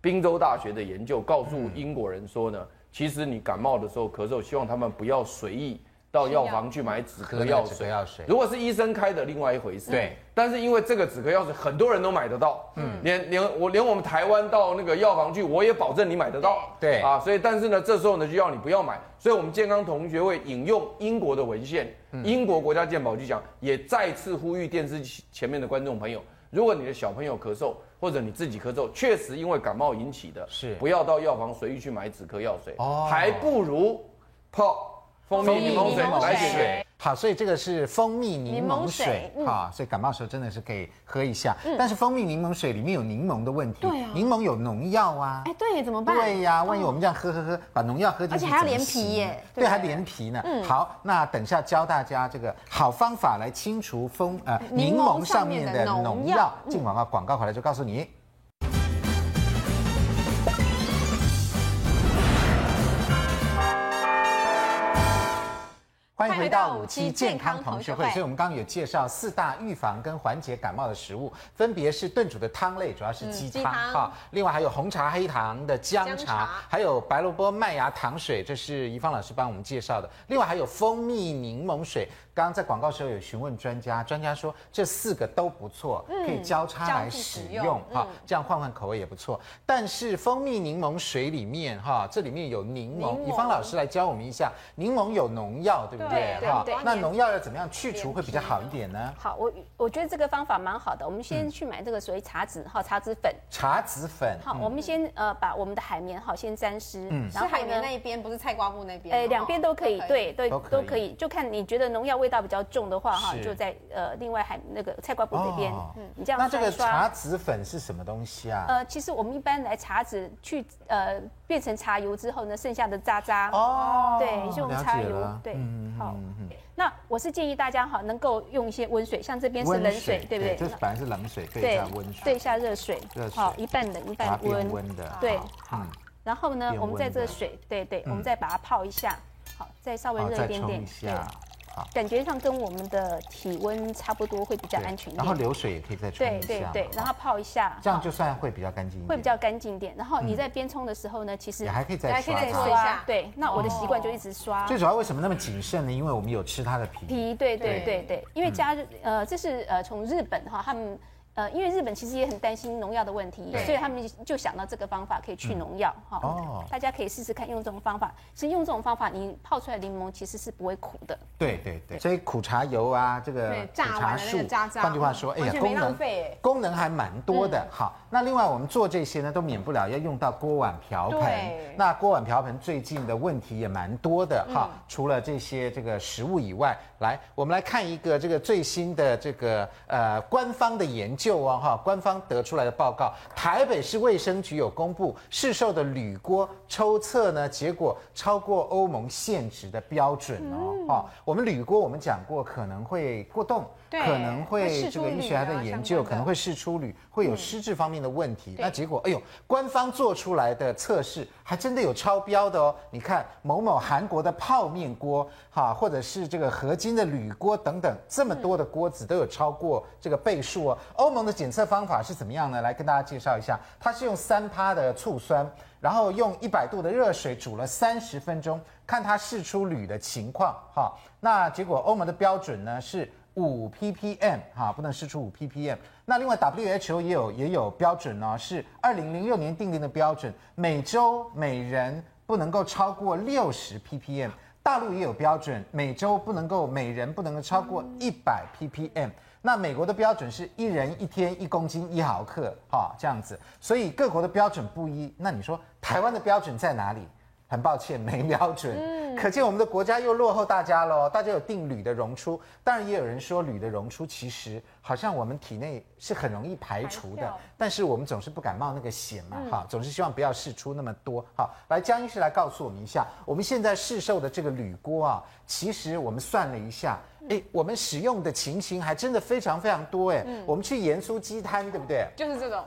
Speaker 7: 滨州大学的研究，告诉英国人说
Speaker 1: 嗯
Speaker 7: 呢，其实你感冒的时候咳嗽，希望他们不要随意到药房去买止
Speaker 1: 喝那
Speaker 7: 咳
Speaker 1: 个
Speaker 7: 药
Speaker 1: 止咳
Speaker 7: 水。
Speaker 1: 药水
Speaker 7: 如果是医生开的，另外一回事。
Speaker 1: 对
Speaker 7: 但是因为这个止咳药水很多人都买得到，嗯，连连我连我们台湾到那个药房去，我也保证你买得到，
Speaker 1: 对
Speaker 7: 啊，所以但是呢，这时候呢就要你不要买，所以我们健康同学会引用英国的文献，
Speaker 1: 嗯
Speaker 7: 英国国家健保局讲，也再次呼吁电视机前面的观众朋友，如果你的小朋友咳嗽或者你自己咳嗽，确实因为感冒引起的，
Speaker 1: 是
Speaker 7: 不要到药房随意去买止咳药水，
Speaker 1: 哦
Speaker 7: 还不如泡蜂蜜
Speaker 1: 蜂蜜
Speaker 7: 柠檬水
Speaker 2: 柠檬
Speaker 7: 来
Speaker 2: 水
Speaker 7: 解决。
Speaker 1: 好，所以这个是蜂蜜柠檬水
Speaker 2: 柠檬水嗯
Speaker 1: 啊，所以感冒的时候真的是可以喝一下。但是蜂蜜柠檬水里面有柠檬的问题，
Speaker 2: 对啊
Speaker 1: 柠檬有农药啊。
Speaker 2: 哎，对，怎么办？
Speaker 1: 对呀、万一我们这样喝喝喝，把农药喝进去，
Speaker 2: 而且还要
Speaker 1: 怎么
Speaker 2: 连
Speaker 1: 行
Speaker 2: 皮耶对
Speaker 1: 对，
Speaker 2: 不
Speaker 1: 还
Speaker 2: 对嗯
Speaker 1: 连皮呢。好，那等一下教大家这个好方法来清除蜂呃
Speaker 2: 柠
Speaker 1: 柠
Speaker 2: 檬
Speaker 1: 檬
Speaker 2: 上
Speaker 1: 上
Speaker 2: 面
Speaker 1: 面
Speaker 2: 的
Speaker 1: 的
Speaker 2: 农
Speaker 1: 农
Speaker 2: 药
Speaker 1: 药。嗯进广告，广告回来就告诉你。欢迎回到五期健康同学会。所以我们刚刚有介绍四大预防跟缓解感冒的食物，分别是炖煮的汤类，主要是嗯鸡
Speaker 2: 鸡
Speaker 1: 汤
Speaker 2: 汤
Speaker 1: 哈、另外还有红茶、黑糖的姜
Speaker 2: 姜
Speaker 1: 茶，
Speaker 2: 茶
Speaker 1: 还有白萝卜麦芽糖水，这是怡芳老师帮我们介绍的。另外还有蜂蜜柠檬水。刚刚在广告时候有询问专家，专家说这四个都不错，可以嗯交叉来使用嗯哈、这样换换口味也不错。但是蜂蜜柠檬水里面哈、这里面有柠檬，怡芳老师来教我们一下，柠檬有农药，对不对？
Speaker 6: 对对
Speaker 1: 那农药要怎么样去除会比较好一点呢？
Speaker 6: 好，我我觉得这个方法蛮好的。我们
Speaker 1: 嗯
Speaker 6: 先去买这个所谓茶籽哈，茶籽粉。
Speaker 1: 茶籽粉，嗯
Speaker 6: 好，我们先呃把我们的海绵哈先沾湿，
Speaker 2: 是海绵那一边，不是菜瓜布那边。
Speaker 6: 呃，两
Speaker 3: 哦
Speaker 6: 边都可以，对对
Speaker 1: 都，
Speaker 6: 都
Speaker 1: 可
Speaker 6: 可以，就看你觉得农药味道比较重的话哈，
Speaker 1: 是
Speaker 6: 就在呃另外还那个菜瓜布这边嗯
Speaker 1: 哦，
Speaker 6: 你这样
Speaker 1: 那这个
Speaker 6: 刷一刷
Speaker 1: 茶籽粉是什么东西啊？
Speaker 6: 呃，其实我们一般来茶籽去呃变成茶油之后呢，剩下的渣渣，
Speaker 1: 哦
Speaker 6: 对，就用茶
Speaker 1: 了解嗯
Speaker 6: 油
Speaker 1: 了，
Speaker 6: 对，好。那我是建议大家哈，能够用一些温水，像这边是
Speaker 1: 温
Speaker 6: 冷水，对不对？
Speaker 1: 就是
Speaker 6: 那
Speaker 1: 本来是冷水，对一
Speaker 6: 对
Speaker 1: 下温水，
Speaker 6: 对一下热水
Speaker 1: 热，水
Speaker 6: 好，一半冷一
Speaker 1: 把它
Speaker 6: 半
Speaker 1: 变
Speaker 6: 温，
Speaker 1: 温的，
Speaker 6: 对，
Speaker 1: 嗯
Speaker 6: 好。然后呢，
Speaker 1: 变
Speaker 6: 我们在
Speaker 1: 温
Speaker 6: 这个
Speaker 1: 的嗯
Speaker 6: 水，对对，我们再把它泡一下，好，再稍微
Speaker 1: 好，
Speaker 6: 热一
Speaker 1: 再
Speaker 6: 点
Speaker 1: 冲
Speaker 6: 点
Speaker 1: 一，下，好，
Speaker 6: 感觉上跟我们的体温差不多，会比较
Speaker 1: 对
Speaker 6: 安全一
Speaker 1: 然后
Speaker 6: 点。
Speaker 1: 流水也可以再冲
Speaker 6: 对
Speaker 1: 一下，
Speaker 6: 对对
Speaker 1: 好，
Speaker 6: 然后泡一下，
Speaker 1: 这样
Speaker 6: 好
Speaker 1: 就算会比较干净一点，
Speaker 6: 会比较干净一点。然后你在边冲的时候呢，其实
Speaker 1: 嗯也还可以再
Speaker 2: 还可以
Speaker 1: 刷
Speaker 2: 再
Speaker 1: 它
Speaker 2: 做一下
Speaker 6: 对，那我的习惯就一直刷。
Speaker 1: 最主要为什么那么谨慎呢？因为我们有吃它的皮，
Speaker 6: 皮，对对
Speaker 1: 对
Speaker 6: 对对，因为加日呃，这是呃从日本哈，他们呃，因为日本其实也很担心农药的问题，
Speaker 1: 对嗯
Speaker 6: 所以他们就想到这个方法可以去农药哈。
Speaker 1: 哦
Speaker 6: 大家可以试试看用这种方法。其实用这种方法，你泡出来柠檬其实是不会苦的。
Speaker 1: 对对对，所以苦茶油啊，这个
Speaker 2: 对
Speaker 1: 苦
Speaker 2: 榨完
Speaker 1: 茶
Speaker 2: 了那个
Speaker 1: 树
Speaker 2: 渣，渣
Speaker 1: 换句话说，哎
Speaker 2: 完
Speaker 1: 呀，
Speaker 2: 全没
Speaker 1: 功
Speaker 2: 浪
Speaker 1: 能
Speaker 2: 费哎
Speaker 1: 功能还蛮多的。好，那另外我们做这些呢，都免不了要用到锅碗瓢盆
Speaker 2: 对。
Speaker 1: 那锅碗瓢盆最近的问题也蛮多的哈，除了这些这个食物以外，来，我们来看一个这个最新的这个呃官方的研究啊哈，官方得出来的报告，台北市卫生局有公布市售的铝锅抽测呢，结果超过欧盟限值的标准哦。哈、我们铝锅我们讲过可能会过冻，
Speaker 2: 对
Speaker 1: 可能
Speaker 2: 会释
Speaker 1: 会
Speaker 2: 出
Speaker 1: 这个医学家
Speaker 2: 铝啊
Speaker 1: 的研究
Speaker 2: 相关的嗯
Speaker 1: 可能会释出铝，会有失智方面的问题。那结果，哎呦，官方做出来的测试还真的有超标的哦。你看某某韩国的泡面锅，哈，或者是这个合金的铝锅等等，这么多的锅子都有超过这个倍数哦。欧盟的检测方法是怎么样呢？来跟大家介绍一下，它是用三趴的醋酸。然后用一百度的热水煮了三十分钟，看它释出铝的情况哈。那结果欧盟的标准呢是五 ppm 哈，不能释出五 ppm。那另外 WHO 也有也有标准呢、是二零零六年定定的标准，每周每人不能够超过六十 ppm。大陆也有标准，每周不能够每人不能够超过一百 ppm。那美国的标准是一人一天一公斤一毫克，哈、这样子。所以各国的标准不一。那你说台湾的标准在哪里？很抱歉没 *laughs* 瞄准。
Speaker 3: 嗯
Speaker 1: 可见我们的国家又落后大家喽。大家有定铝的溶出，当然也有人说铝的溶出其实好像我们体内是很容易排除的，但是我们总是不敢冒那个险嘛，
Speaker 3: 嗯
Speaker 1: 哈，总是希望不要试出那么多。好，来江医师来告诉我们一下，我们现在市售的这个铝锅啊，其实我们算了一下。
Speaker 3: 嗯
Speaker 1: 哎，我们使用的情形还真的非常非常多哎。
Speaker 3: 嗯
Speaker 1: 我们去盐酥鸡摊，对不对？
Speaker 3: 就是这种，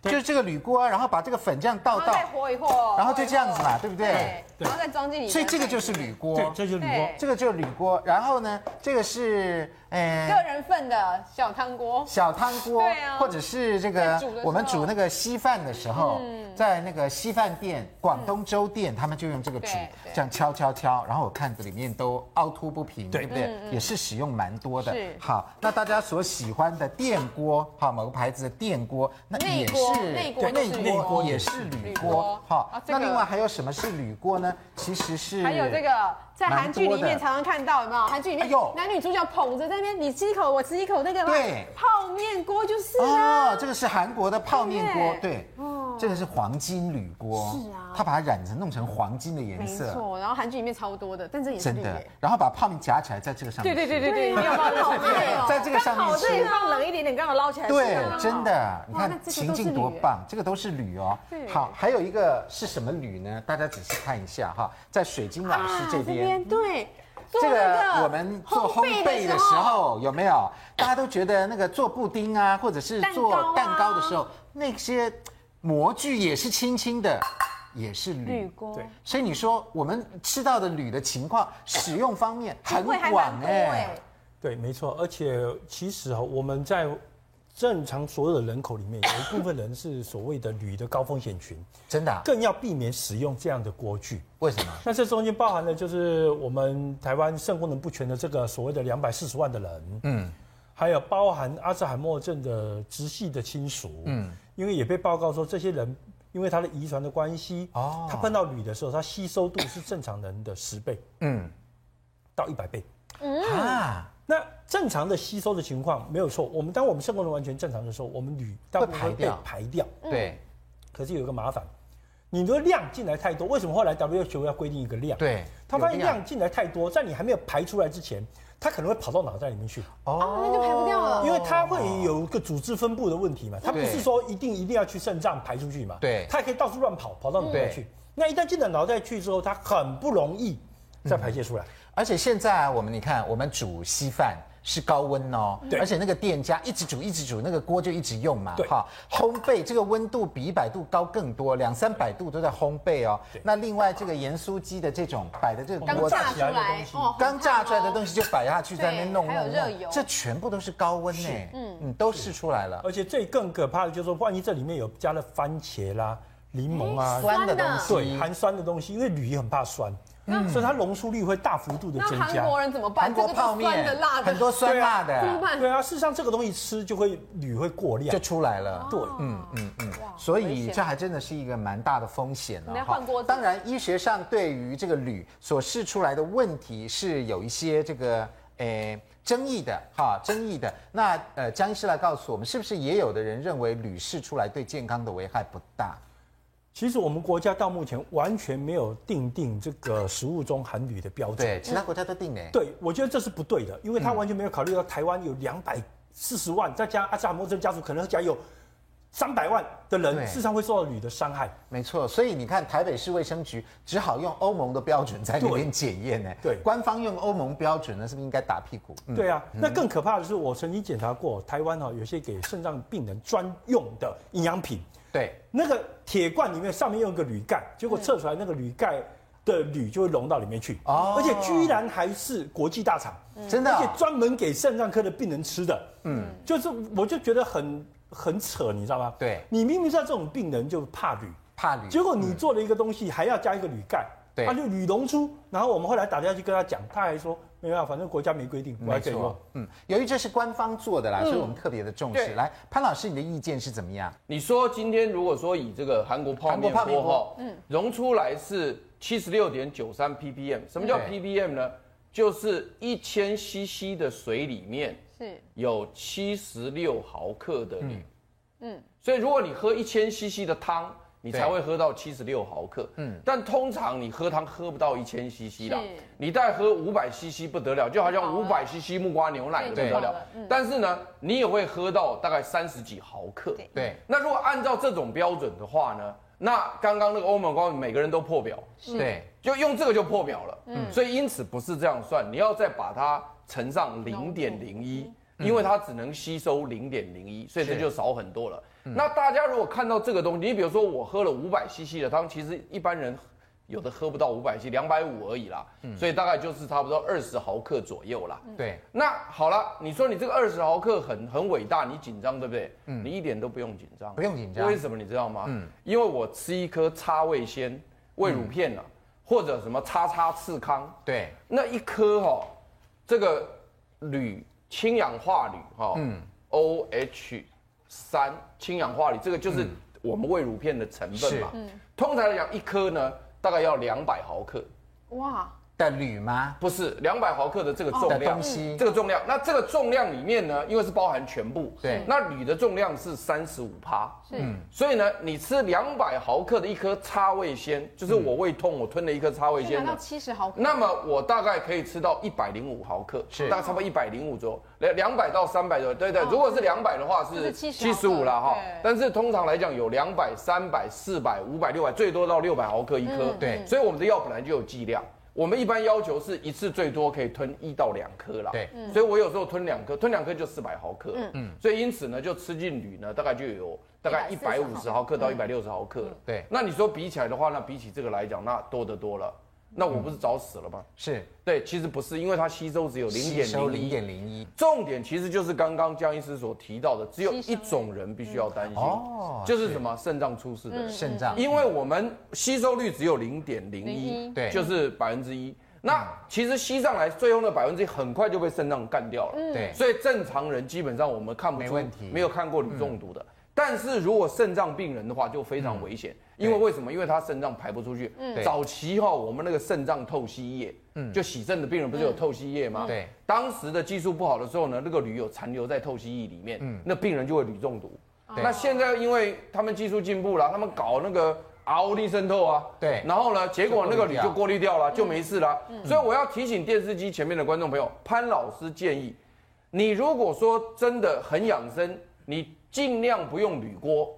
Speaker 1: 就是这个铝锅啊，然后把这个粉这样倒
Speaker 3: 然
Speaker 1: 倒
Speaker 3: 后，再和一和，
Speaker 1: 然后就这样子嘛，对不
Speaker 3: 对
Speaker 1: 对？，
Speaker 3: 然后再装进里面。
Speaker 1: 所以这个就是铝锅
Speaker 5: 对，，这就是铝锅
Speaker 3: 对。
Speaker 1: 这个就是铝锅。然后呢，这个是
Speaker 3: 个
Speaker 1: 哎
Speaker 3: 人份的小汤锅，
Speaker 1: 小汤锅
Speaker 3: 对，啊
Speaker 1: 或者是这
Speaker 3: 在
Speaker 1: 个
Speaker 3: 煮的时候嗯
Speaker 1: 我们煮那个稀饭的时候，在那个稀饭店、广东粥店，他们就用这个煮
Speaker 3: 对，对
Speaker 1: 这样敲敲敲，然后我看里面都凹凸不平，对
Speaker 5: 对
Speaker 1: 不对？也是使用蛮多的
Speaker 3: 嗯是。
Speaker 1: 好，那大家所喜欢的电锅，好，某个牌子的电锅，那也是
Speaker 3: 内锅
Speaker 1: 对
Speaker 3: 内锅都是
Speaker 1: 内
Speaker 3: 锅
Speaker 1: 锅也是铝
Speaker 3: 铝
Speaker 1: 锅
Speaker 3: 锅。
Speaker 1: 好
Speaker 3: 啊，这
Speaker 1: 那
Speaker 3: 个
Speaker 1: 另外还有什么是铝锅呢？其实是
Speaker 3: 还有这个在韩剧里面常常看到，有没有？韩剧里
Speaker 1: 哎
Speaker 3: 面
Speaker 1: 呦
Speaker 3: 男女主角捧着在那边，你吃一口，我吃一口，那个
Speaker 1: 对
Speaker 3: 泡面锅就是
Speaker 1: 哦
Speaker 3: 啊，，
Speaker 1: 这个是韩国的泡面锅，
Speaker 3: 对哦
Speaker 1: 对，这个是黄金铝锅，是啊，它把它染成弄成黄金的颜
Speaker 3: 没
Speaker 1: 色，
Speaker 2: 哦
Speaker 3: 错。然后韩剧里面超多的，但这也是
Speaker 1: 真
Speaker 3: 绿
Speaker 1: 的
Speaker 3: 耶。，
Speaker 1: 然后把泡面夹起来在这个上
Speaker 3: 对
Speaker 1: 面，
Speaker 3: 对对对对，你有没有泡面哦？
Speaker 1: 在这个上面
Speaker 3: 好，这里
Speaker 1: 吃。
Speaker 3: 放冷一点点，刚好捞起来吃。
Speaker 1: 对
Speaker 3: 刚，好
Speaker 1: 真的，你
Speaker 3: 那
Speaker 1: 看
Speaker 3: 这个
Speaker 1: 情
Speaker 3: 都是
Speaker 1: 境多
Speaker 3: 铝耶
Speaker 1: 棒，这个都是铝哦。好，还有一个是什么铝呢？大家仔细看一下哈，在水晶老
Speaker 3: 啊
Speaker 1: 师这边，
Speaker 3: 对，做
Speaker 1: 这
Speaker 3: 那
Speaker 1: 个我们做烘焙的
Speaker 3: 的
Speaker 1: 时，候有没有？大家都觉得那个做布丁啊，或者是做蛋糕的时候，那些模具也是轻轻的，也是铝。
Speaker 3: 锅
Speaker 5: 对
Speaker 1: 所以你说我们吃到的铝的情况，使用方面很
Speaker 3: 会还
Speaker 1: 广
Speaker 3: 蛮多
Speaker 1: 哎
Speaker 2: 欸
Speaker 3: 哎。，
Speaker 5: 对，没错。而且其实啊，我们在正常所有的人口里面，有一部分人是所谓的铝的高风险群，
Speaker 1: 真的啊？
Speaker 5: 更要避免使用这样的锅具。
Speaker 1: 为什么？
Speaker 5: 那这中间包含了就是我们台湾肾功能不全的这个所谓的两百四十万的人，嗯，还有包含阿兹海默症的直系的亲属，嗯，因为也被报告说这些人因为他的遗传的关系，
Speaker 1: 哦
Speaker 5: 哦，他碰到铝的时候，他吸收度是正常人的十倍
Speaker 1: 嗯
Speaker 5: 到一百倍。
Speaker 1: 啊，
Speaker 5: 那正常的吸收的情况没有错，我们当我们肾功能完全正常的时候，我们铝大部分
Speaker 1: 会
Speaker 5: 会
Speaker 1: 排
Speaker 5: 被
Speaker 1: 掉
Speaker 5: 排掉。
Speaker 1: 对
Speaker 5: 可是有一个麻烦，你的量进来太多，为什么后来 WHO 要规定一个量？
Speaker 1: 对，
Speaker 5: 他发现
Speaker 1: 有量
Speaker 5: 量进来太多，在你还没有排出来之前，它可能会跑到脑袋里面去，
Speaker 1: 哦，
Speaker 3: 那就排不掉了。
Speaker 5: 因为它会有一个组织分布的问题嘛，它不是说一定一定要去肾脏排出去嘛，
Speaker 1: 对
Speaker 5: 它也可以到处乱跑，跑到脑袋
Speaker 1: 嗯
Speaker 5: 去。那一旦进了脑袋去之后，它很不容易再排泄出来。
Speaker 1: 而且现在啊，我们你看，我们煮稀饭是高温哦，
Speaker 5: 对
Speaker 1: 而且那个店家一直煮一直煮，那个锅就一直用嘛，
Speaker 5: 对
Speaker 1: 烘焙这个温度比一百度高更多，两三百度都在烘焙哦。那另外这个盐酥鸡的这种摆的这个
Speaker 5: 刚
Speaker 1: 锅子
Speaker 5: 炸出来的东西
Speaker 3: 哦
Speaker 1: 刚炸出来的东西就摆下去，在那边弄
Speaker 3: 还有
Speaker 1: 弄
Speaker 3: 热
Speaker 1: 弄
Speaker 3: 油，
Speaker 1: 这全部都是高温呢，嗯嗯，都试出来了，
Speaker 5: 而且最更可怕的就是说，万一这里面有加了番茄啦、柠檬
Speaker 3: 嗯
Speaker 5: 啊，
Speaker 1: 酸的东
Speaker 5: 对，
Speaker 1: 西。
Speaker 5: 含酸的东西，因为铝很怕酸，所以它溶出率会大幅度的
Speaker 3: 嗯那
Speaker 5: 增
Speaker 3: 韩
Speaker 5: 加。
Speaker 3: 国人怎么
Speaker 1: 韩
Speaker 3: 办？这
Speaker 1: 国
Speaker 3: 个
Speaker 1: 泡
Speaker 3: 都酸
Speaker 1: 面
Speaker 3: 的、辣的，
Speaker 1: 很多酸
Speaker 5: 对啊
Speaker 1: 辣的
Speaker 3: 怎么办？
Speaker 5: 对啊，事实上这个东西吃就会铝会过量
Speaker 1: 就。出来了，
Speaker 5: 对，
Speaker 1: 嗯嗯嗯，
Speaker 3: 哦
Speaker 1: 所以这还真的是一个蛮大的风险呢、
Speaker 3: 你要换锅子
Speaker 1: 当然，医学上对于这个铝所试出来的问题是有一些这个诶争议的哈，争议的。那呃，江医师来告诉我们，是不是也有的人认为铝试出来对健康的危害不大？
Speaker 5: 其实我们国家到目前完全没有定定这个食物中含铝的标准。
Speaker 1: 对，其他国家都定了。
Speaker 5: 对，我觉得这是不对的，因为他完全没有考虑到台湾有两百四十万，再加阿兹海默症家属可能家有三百万
Speaker 1: 对
Speaker 5: 的人，事实上会受到铝的伤害。
Speaker 1: 没错，所以你看，台北市卫生局只好用欧盟的标准在那边检验呢。
Speaker 5: 对
Speaker 1: 官方用欧盟标准呢，是不是应该打屁股？嗯，
Speaker 5: 对啊，那更可怕的是，我曾经检查过台湾哦，有些给肾脏病人专用的营养品，
Speaker 1: 对，
Speaker 5: 那个铁罐里面上面用一个铝盖，结果测出来那个铝盖的铝就会溶到里面去，
Speaker 1: 哦
Speaker 5: 而且居然还是国际大厂，
Speaker 3: 嗯
Speaker 1: 真的啊
Speaker 5: 而且专门给肾脏科的病人吃的，嗯，就是我就觉得很很扯，你知道吗？
Speaker 1: 对
Speaker 5: 你明明知道这种病人就怕铝，
Speaker 1: 怕铝。
Speaker 5: 结果你做了一个东西还要加一个铝盖，
Speaker 1: 对
Speaker 5: 他就铝溶出，然后我们后来打电话去跟他讲，他还说没办法，反正国家没规定，我还
Speaker 1: 没
Speaker 5: 可以
Speaker 1: 错
Speaker 5: 用。，
Speaker 1: 嗯，由于这是官方做的啦，所以我们特别的重视。
Speaker 7: 对
Speaker 1: 来，潘老师，你的意见是怎么样？
Speaker 7: 你说今天如果说以这个韩国泡
Speaker 1: 韩
Speaker 7: 面
Speaker 1: 国泡面
Speaker 7: 锅
Speaker 1: 锅嗯
Speaker 7: 哈，溶出来是七十六点九三 ppm，什么叫
Speaker 1: 对
Speaker 7: ppm 呢？就是一千 cc 的水里面
Speaker 3: 是
Speaker 7: 有
Speaker 1: 嗯
Speaker 7: 七十六毫克的铝，嗯，所以如果你喝一千 cc 的汤，你才会喝到七十六毫克。嗯，但通常你喝汤喝不到一千 CC 啦，你再喝五百 CC 不得了，就好像
Speaker 1: 啊
Speaker 7: 五百 CC 木瓜牛奶不得了。
Speaker 1: 嗯
Speaker 7: 但是呢，你也会喝到大概三十几毫克。
Speaker 1: 对，
Speaker 7: 那如果按照这种标准的话呢，那刚刚那个欧盟官每个人都破表，
Speaker 1: 对，
Speaker 7: 就用这个就破表了。嗯，所以因此不是这样算，你要再把它乘上零点零一。因为它只能吸收零点零一，所以这就少很多了。那大家如果看到这个东西，你比如说我喝了五百 CC 的汤，其实一般人有的喝不到五百 CC，两百五而已啦，所以大概就是差不多二十毫克左右啦。
Speaker 1: 对，
Speaker 7: 那好了，你说你这个二十毫克很很伟大，你紧张对不对？你一点都不用紧张，
Speaker 1: 嗯不用紧张。嗯
Speaker 7: 为什么你知道吗？因为我吃一颗叉味鲜胃乳片
Speaker 1: 嗯
Speaker 7: 啊，或者什么叉叉刺康，
Speaker 1: 对，
Speaker 7: 那一颗哈、哦，这个铝。氢氧化铝哈、哦，嗯，O H 三氢氧化铝，这个
Speaker 1: 嗯
Speaker 7: 就是我们胃乳片的成分嘛。嗯、通常来讲，一颗呢大概要两百毫克。
Speaker 2: 哇，
Speaker 1: 的铝吗？
Speaker 7: 不是，两百毫克的这个重量，
Speaker 1: 哦、东西
Speaker 7: 这个重量。那这个重量里面呢，因为是包含全部，
Speaker 1: 对，
Speaker 7: 那铝的重量是三十五帕，
Speaker 2: 是，嗯、
Speaker 7: 所以呢，你吃两百毫克的一颗叉味鲜，就是我胃痛，我吞了一颗叉味鲜，
Speaker 2: 到七十毫克，
Speaker 7: 那么我大概可以吃到一百零五毫克，
Speaker 1: 是，
Speaker 7: 大概差不多一百零五左右，两两百到三百左右，对对，哦、如果是两百的话是
Speaker 2: 七
Speaker 7: 十五了哈，但是通常来讲有两百、三百、四百、五百、六百，最多到六百毫克一颗，
Speaker 1: 对、嗯，
Speaker 7: 所以我们的药本来就有剂量。我们一般要求是一次最多可以吞一到两颗啦，
Speaker 1: 对，
Speaker 7: 所以我有时候吞两颗，吞两颗就四百毫克，嗯所以因此呢，就吃进铝呢，大概就有大概一百五十毫克嗯到一百六十毫克了，
Speaker 1: 对。
Speaker 7: 那你说比起来的话，那比起这个来讲，那多得多了，那我不是早死了吗？
Speaker 1: 是，
Speaker 7: 对，其实不是，因为它嗯吸收只有零点零
Speaker 1: 零点零一，
Speaker 7: 重点其实就是刚刚江医师所提到的，只有一种人必须要担心，哦，就是什么肾脏出事的人，
Speaker 1: 肾脏，
Speaker 7: 因为我们吸收率只有零点零一，
Speaker 1: 对，
Speaker 7: 就是百分之一。那其实吸上来，最后那百分之一很快就被肾脏干掉了。
Speaker 1: 对，
Speaker 7: 所以正常人基本上我们看不出，
Speaker 1: 没问题，嗯
Speaker 7: 没有看过铝中毒的。但是如果肾脏病人的话，就非常危险，
Speaker 1: 嗯
Speaker 7: 因为为什么？因为他肾脏排不出去。早期哈，我们那个肾脏透析液，就洗肾的病人不是有透析液吗？
Speaker 1: 嗯对。
Speaker 7: 当时的技术不好的时候呢，那个铝有残留在透析液里面，
Speaker 1: 嗯
Speaker 7: 那病人就会铝中毒。那现在因为他们技术进步了，他们搞那个。RO 力渗透啊，
Speaker 1: 对，
Speaker 7: 然后呢，结果那个铝就过滤掉了，就没事了。
Speaker 1: 嗯
Speaker 7: 所以我要提醒电视机前面的观众朋友，潘老师建议，你如果说真的很养生，你尽量不用铝锅。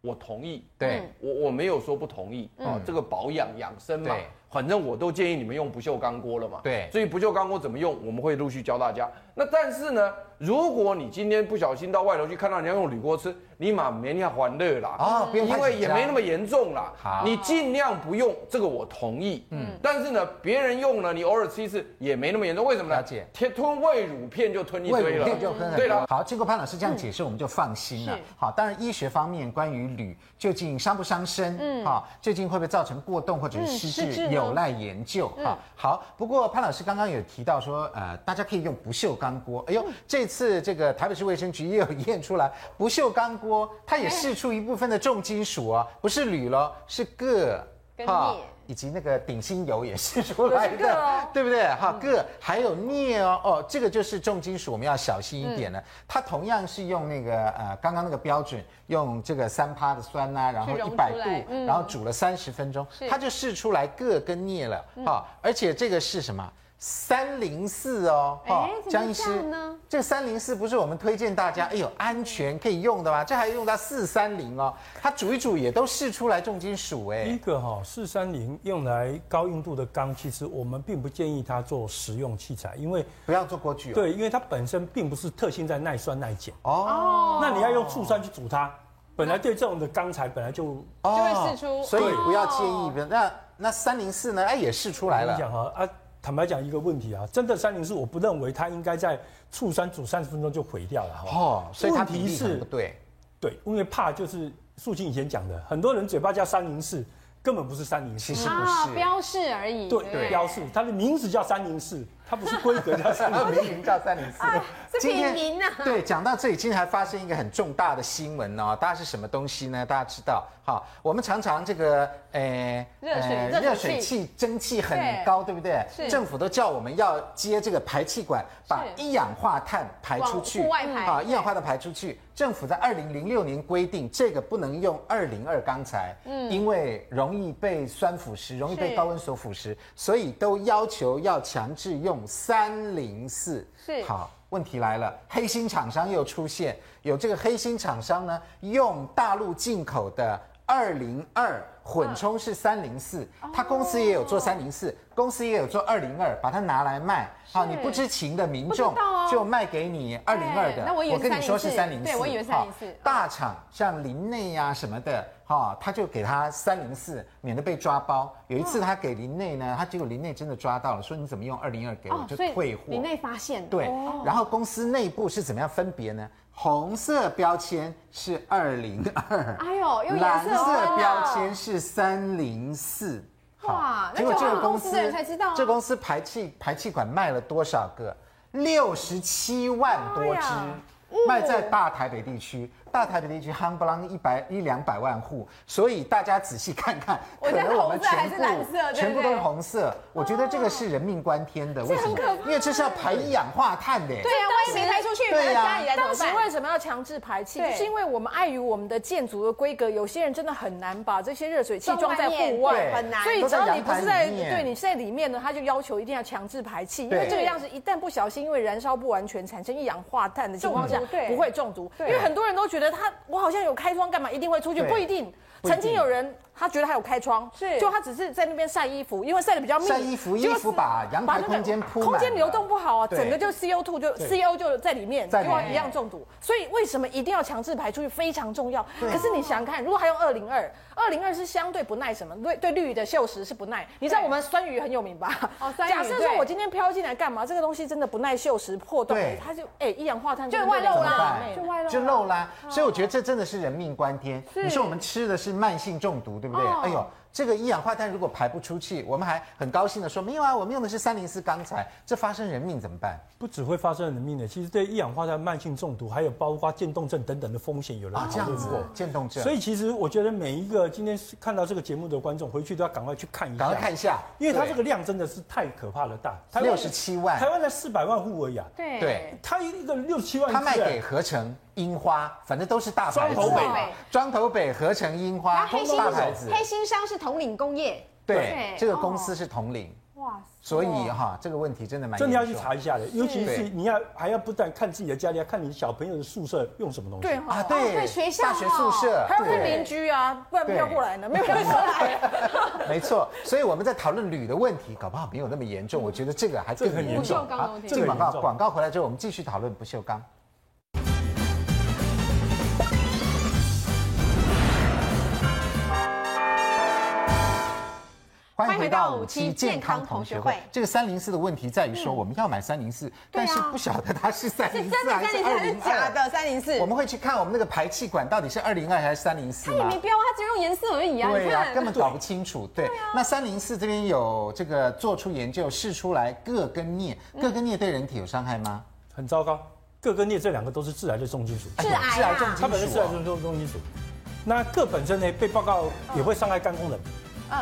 Speaker 7: 我同意，嗯
Speaker 1: 对嗯
Speaker 7: 我我没有说不同意啊，这个保养养生嘛，反正我都建议你们用不锈钢锅了嘛。
Speaker 1: 对，
Speaker 7: 所以不锈钢锅怎么用，我们会陆续教大家。那但是呢，如果你今天不小心到外头去看到人家用铝锅吃，你马没那欢乐啦
Speaker 1: 啊，
Speaker 7: 因为也没那么严重啦。
Speaker 1: 好，
Speaker 7: 你尽量不用，这个我同意。嗯，但是呢，别人用了，你偶尔吃一次也没那么严重，为什么呢？
Speaker 1: 了解，
Speaker 7: 吞吞胃乳片就吞一堆了，
Speaker 1: 胃乳片就吞
Speaker 7: 对了。
Speaker 1: 好，经过潘老师这样解释，我们就放心了。好，当然医学方面关于铝究竟伤不伤身？嗯，好，究竟会不会造成过动或者是失智，有赖研究。哈，好。不过潘老师刚刚有提到说，呃，大家可以用不锈钢锅。哎呦，这次这个台北市卫生局也有验出来，不锈钢锅它也试出一部分的重金属啊，不是铝了，是铬。
Speaker 2: 跟镍
Speaker 1: 以及那个顶新油也是出来的，哦、对不对？哈，铬还有镍哦，哦，这个就是重金属，我们要小心一点了。嗯、它同样是用那个呃，刚刚那个标准，用这个三趴的酸呐、啊，然后一百度，嗯、然后煮了三十分钟，它就试出来铬跟镍了哈、哦。而且这个是什么？三零四哦，
Speaker 2: 哈，江医师呢？
Speaker 1: 这三零四不是我们推荐大家，哎呦，安全可以用的吗？这还用到四三零哦，它煮一煮也都试出来重金属哎。
Speaker 5: 一个哈、哦，四三零用来高硬度的钢，其实我们并不建议它做食用器材，因为
Speaker 1: 不要做锅具、哦。
Speaker 5: 对，因为它本身并不是特性在耐酸耐碱
Speaker 1: 哦，
Speaker 5: 那你要用醋酸去煮它，本来对这种的钢材本来就
Speaker 2: 就会试出，
Speaker 1: 哦
Speaker 2: 哦
Speaker 1: 所以不要介意。那那三零四呢？哎，也试出来了。
Speaker 5: 你讲哈啊。坦白讲一个问题啊，真的三零四，我不认为它应该在醋酸煮三十分钟就毁掉了哈。
Speaker 1: 哦，所以它比例不对，
Speaker 5: 对，因为怕就是素清以前讲的，很多人嘴巴叫三零四，根本不是三零四，
Speaker 1: 其实不
Speaker 3: 啊
Speaker 1: 是
Speaker 2: 标示而已。
Speaker 5: 对，标示，它的名字叫三零四，它不是规格叫三零
Speaker 1: *laughs* 四，啊名叫三零四。
Speaker 2: 啊这便宜呢？
Speaker 1: 对，讲到这里，今天还发生一个很重大的新闻哦，大家是什么东西呢？大家知道，好，我们常常这个诶。
Speaker 2: 热水
Speaker 1: 热水器蒸汽很高，对不对？政府都叫我们要接这个排气管，把一氧化碳排出去，
Speaker 2: 户外排
Speaker 1: 啊，一氧化碳排出去。政府在二零零六年规定这个不能用二零二钢材，嗯，因为容易被酸腐蚀，容易被
Speaker 2: 是
Speaker 1: 高温所腐蚀，所以都要求要强制用三零四。
Speaker 2: 是
Speaker 1: 好，问题来了，黑心厂商又出现，有这个黑心厂商呢，用大陆进口的。二零二混充是三零四，
Speaker 2: 嗯
Speaker 1: 他公司也有做三零四，公司也有做二零二，把它拿来卖。好，你不知情的民
Speaker 2: 不
Speaker 1: 众
Speaker 2: 知道哦
Speaker 1: 就卖给你二零二的。
Speaker 2: 那我以为
Speaker 1: 跟你说是三零
Speaker 2: 304
Speaker 1: 四，
Speaker 2: 对我以为
Speaker 1: 好
Speaker 2: 304
Speaker 1: 大厂像林内呀、什么的，哈、他就给他三零四，免得被抓包。有一次他给林内
Speaker 2: 哦
Speaker 1: 呢，他结果林内真的抓到了，说你怎么用二零二给
Speaker 3: 哦
Speaker 1: 我，就退货。
Speaker 2: 你内哦发现了
Speaker 1: 对，然后公司内部是怎么样分别呢？红色标签是二零二，
Speaker 2: 哎呦用颜色
Speaker 1: 蓝
Speaker 2: 分
Speaker 1: 色
Speaker 2: 啊
Speaker 1: 标签是三零四。好
Speaker 2: 哇那
Speaker 1: 结果
Speaker 2: 就
Speaker 1: 这
Speaker 2: 要
Speaker 1: 个
Speaker 2: 公
Speaker 1: 公
Speaker 2: 司
Speaker 1: 司
Speaker 2: 的人才知道啊
Speaker 1: 这公司排气排气管卖了多少个？六十七万
Speaker 2: 哎
Speaker 1: 多只，
Speaker 2: 嗯
Speaker 1: 卖在大台北地区。大台北地区夯不啷一百一两百万户，所以大家仔细看看，
Speaker 2: 我
Speaker 1: 可
Speaker 2: 觉得
Speaker 1: 能我们
Speaker 2: 红色还
Speaker 1: 全
Speaker 2: 是
Speaker 1: 部
Speaker 2: 蓝色对不
Speaker 1: 全部都
Speaker 2: 对
Speaker 1: 是红色。我觉得这个是人命关天的，为什么
Speaker 2: 可怕？欸
Speaker 1: 因为这是要排一氧化碳的。
Speaker 3: 啊
Speaker 2: 对呀，万一没排出去，
Speaker 1: 对
Speaker 2: 那
Speaker 1: 呀
Speaker 2: 家里来怎
Speaker 3: 当
Speaker 2: 么
Speaker 3: 时
Speaker 2: 办？
Speaker 3: 为什么要强制排气？
Speaker 2: 对
Speaker 3: 就是因为我们碍于我们的建筑的规格，有些人真的很难把这些热水器
Speaker 2: 装
Speaker 3: 装在
Speaker 2: 外面
Speaker 3: 户外，
Speaker 1: 对很
Speaker 2: 难
Speaker 3: 所以
Speaker 1: 都
Speaker 3: 只
Speaker 1: 在
Speaker 3: 要你
Speaker 1: 阳
Speaker 3: 不
Speaker 1: 台
Speaker 3: 是在
Speaker 1: 里面
Speaker 3: 对你是在里面呢，他就要求一定要强制排气，因为
Speaker 1: 对
Speaker 3: 这个样子一旦不小心因为燃烧不完全产生一氧化碳的情况下
Speaker 2: 中毒对，
Speaker 3: 不会中毒。因
Speaker 2: 对
Speaker 3: 为很多人都觉得他我好像有开窗干嘛，一定会出去，
Speaker 1: 对
Speaker 3: 不一
Speaker 1: 不
Speaker 3: 定。
Speaker 1: 一定
Speaker 3: 曾经有人他觉得他有开窗，
Speaker 2: 是
Speaker 3: 就他只是在那边晒衣服，因为晒的比较密，
Speaker 1: 晒衣服
Speaker 3: 结果
Speaker 1: 衣服
Speaker 3: 是
Speaker 1: 把阳台
Speaker 3: 那个
Speaker 1: 空间铺满
Speaker 3: 空间
Speaker 1: 了
Speaker 3: 流动不好啊，
Speaker 1: 对
Speaker 3: 整个就 CO2 就 CO 就在里面，
Speaker 1: 在里
Speaker 3: 就
Speaker 1: 面
Speaker 3: 啊一样中毒。所以为什么一定要强制排出去非常重要？可是你想想看，如果还用二零二，二零二是相对不耐什么？对对，氯的锈蚀是不耐。你知道我们酸鱼很有名吧？
Speaker 2: 哦酸鱼
Speaker 3: 假设
Speaker 2: 对
Speaker 3: 说我今天飘进来干嘛？这个东西真的不耐锈蚀破洞
Speaker 1: 对，
Speaker 3: 它就哎一氧化碳
Speaker 2: 就外
Speaker 1: 怎
Speaker 2: 漏
Speaker 1: 么
Speaker 2: 啦
Speaker 1: 办
Speaker 3: 对？
Speaker 2: 就外漏啦啊嗯
Speaker 1: 就漏啦。所以我觉得这真的是人命关天。你说我们吃的是慢性中毒，对不对？
Speaker 2: 哦
Speaker 1: 哎呦，这个一氧化碳如果排不出去，我们还很高兴的说没有啊，我们用的是三零四钢材，这发生人命怎么办？
Speaker 5: 不只会发生人命的，其实对一氧化碳慢性中毒，还有包括渐冻症等等的风险，有人
Speaker 1: 啊，这
Speaker 5: 讨
Speaker 1: 样
Speaker 5: 论
Speaker 1: 子
Speaker 5: 过。，
Speaker 1: 渐冻症，
Speaker 5: 哦嗯所以其实我觉得每一个今天是看到这个节目的观众，回去都要赶快去看一
Speaker 1: 赶
Speaker 5: 下
Speaker 1: 快，看一下，
Speaker 5: 因为它这个量真的是太可怕的大，台湾
Speaker 1: 六十七万
Speaker 5: 台，湾才四百万户而已啊，
Speaker 4: 对
Speaker 1: 对。
Speaker 5: 它一个六七万只，啊
Speaker 1: 他卖给合成樱花，反正都是大牌子嘛。
Speaker 5: 庄头北
Speaker 1: 嘛庄头北合成樱花
Speaker 2: 然后黑，心
Speaker 1: 啊大牌子。
Speaker 2: 黑心商是统领工业，
Speaker 1: 对
Speaker 4: 对，
Speaker 2: 哦
Speaker 1: 这个公司是统领，
Speaker 4: 哇塞，
Speaker 1: 所以哈，这个问题真的蛮
Speaker 5: 真的要去
Speaker 1: 严重
Speaker 5: 查一下的，尤其
Speaker 1: 对
Speaker 5: 是你要还要不但看自己的家里，要看你小朋友的宿舍用什么东西。
Speaker 3: 对哈
Speaker 1: 啊，
Speaker 2: 对
Speaker 1: 对，
Speaker 2: 哦学校哦
Speaker 1: 大学宿舍，
Speaker 3: 还有
Speaker 1: 对
Speaker 3: 看邻居啊，不然
Speaker 1: 对
Speaker 3: 飘过
Speaker 1: *laughs*
Speaker 3: 来呢，没有飘过
Speaker 2: *laughs*
Speaker 3: 来。
Speaker 1: 没错，所以我们在讨论铝的问题，搞不好没有那么严重。我觉得这个还更
Speaker 5: 这个很啊
Speaker 1: 严重。
Speaker 2: 不锈钢
Speaker 1: 好
Speaker 2: 的问题
Speaker 1: 嗯这个广告
Speaker 5: 这个很严重
Speaker 1: 广告回来之后，我们继续讨论不锈钢。欢迎回到五期健康同学会。这个三零四的问题在于说，我们要买三零四，但是不晓得它是三零四还是二零二。
Speaker 2: 三零四
Speaker 1: 我们会去看我们那个排气管到底是二零二还是三零四
Speaker 2: 也
Speaker 1: 吗
Speaker 2: 没？标啊，它只用颜色而已啊，你
Speaker 1: 对呀、
Speaker 2: 看
Speaker 1: 根本搞不清楚。对，
Speaker 2: 啊
Speaker 1: 那三零四这边有这个做出研究，试出来铬跟镍，
Speaker 2: 嗯
Speaker 1: 铬跟镍对人体有伤害吗？
Speaker 5: 很糟糕。铬跟镍这两个都是致癌的重金属，
Speaker 1: 哎
Speaker 2: 致癌
Speaker 1: 致癌重
Speaker 2: 啊，
Speaker 5: 它本身
Speaker 1: 金属
Speaker 5: 致癌
Speaker 1: 哦
Speaker 5: 重重金属。那铬本身呢，被报告也会伤害肝功能。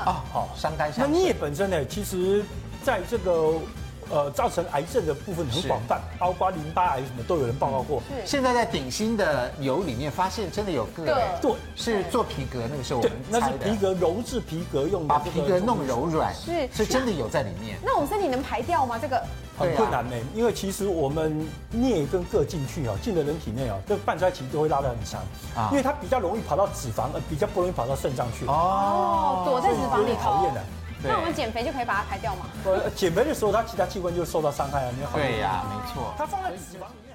Speaker 1: 哦，好，伤肝
Speaker 5: 那
Speaker 1: 伤
Speaker 5: 镍
Speaker 1: 肾。
Speaker 5: 本身呢，其实在这个呃造成癌症的部分很
Speaker 1: 是
Speaker 5: 广泛，包括淋巴癌什么都有人报告过。
Speaker 1: 现在在鼎新的油里面发现真的有铬，哎
Speaker 5: 对
Speaker 1: 是做皮革那个时候我
Speaker 5: 对
Speaker 1: 们，
Speaker 5: 那
Speaker 1: 猜
Speaker 5: 是皮
Speaker 1: 的，
Speaker 5: 革揉制皮革用的，
Speaker 1: 把皮革弄柔软，
Speaker 2: 是
Speaker 1: 所以真的有在里面。
Speaker 2: 那我们身体能排掉吗？这个
Speaker 1: 啊
Speaker 5: 很困难呢，因为其实我们镍跟铬进去哦，进了人体内哦，这个半衰期都会拉得很长
Speaker 1: 啊，
Speaker 5: 因为它比较容易跑到脂肪，呃，比较不容易跑到肾脏去，
Speaker 1: 哦，
Speaker 2: 躲在脂肪
Speaker 5: 有
Speaker 2: 里
Speaker 5: 点讨
Speaker 2: 头
Speaker 5: 厌。的。
Speaker 1: 对
Speaker 2: 那我们减肥就可以把它排掉吗？
Speaker 5: 呃，减肥的时候，它其他器官就受到伤害啊，你要考虑
Speaker 1: 对呀、没错。
Speaker 5: 它放在脂肪里面。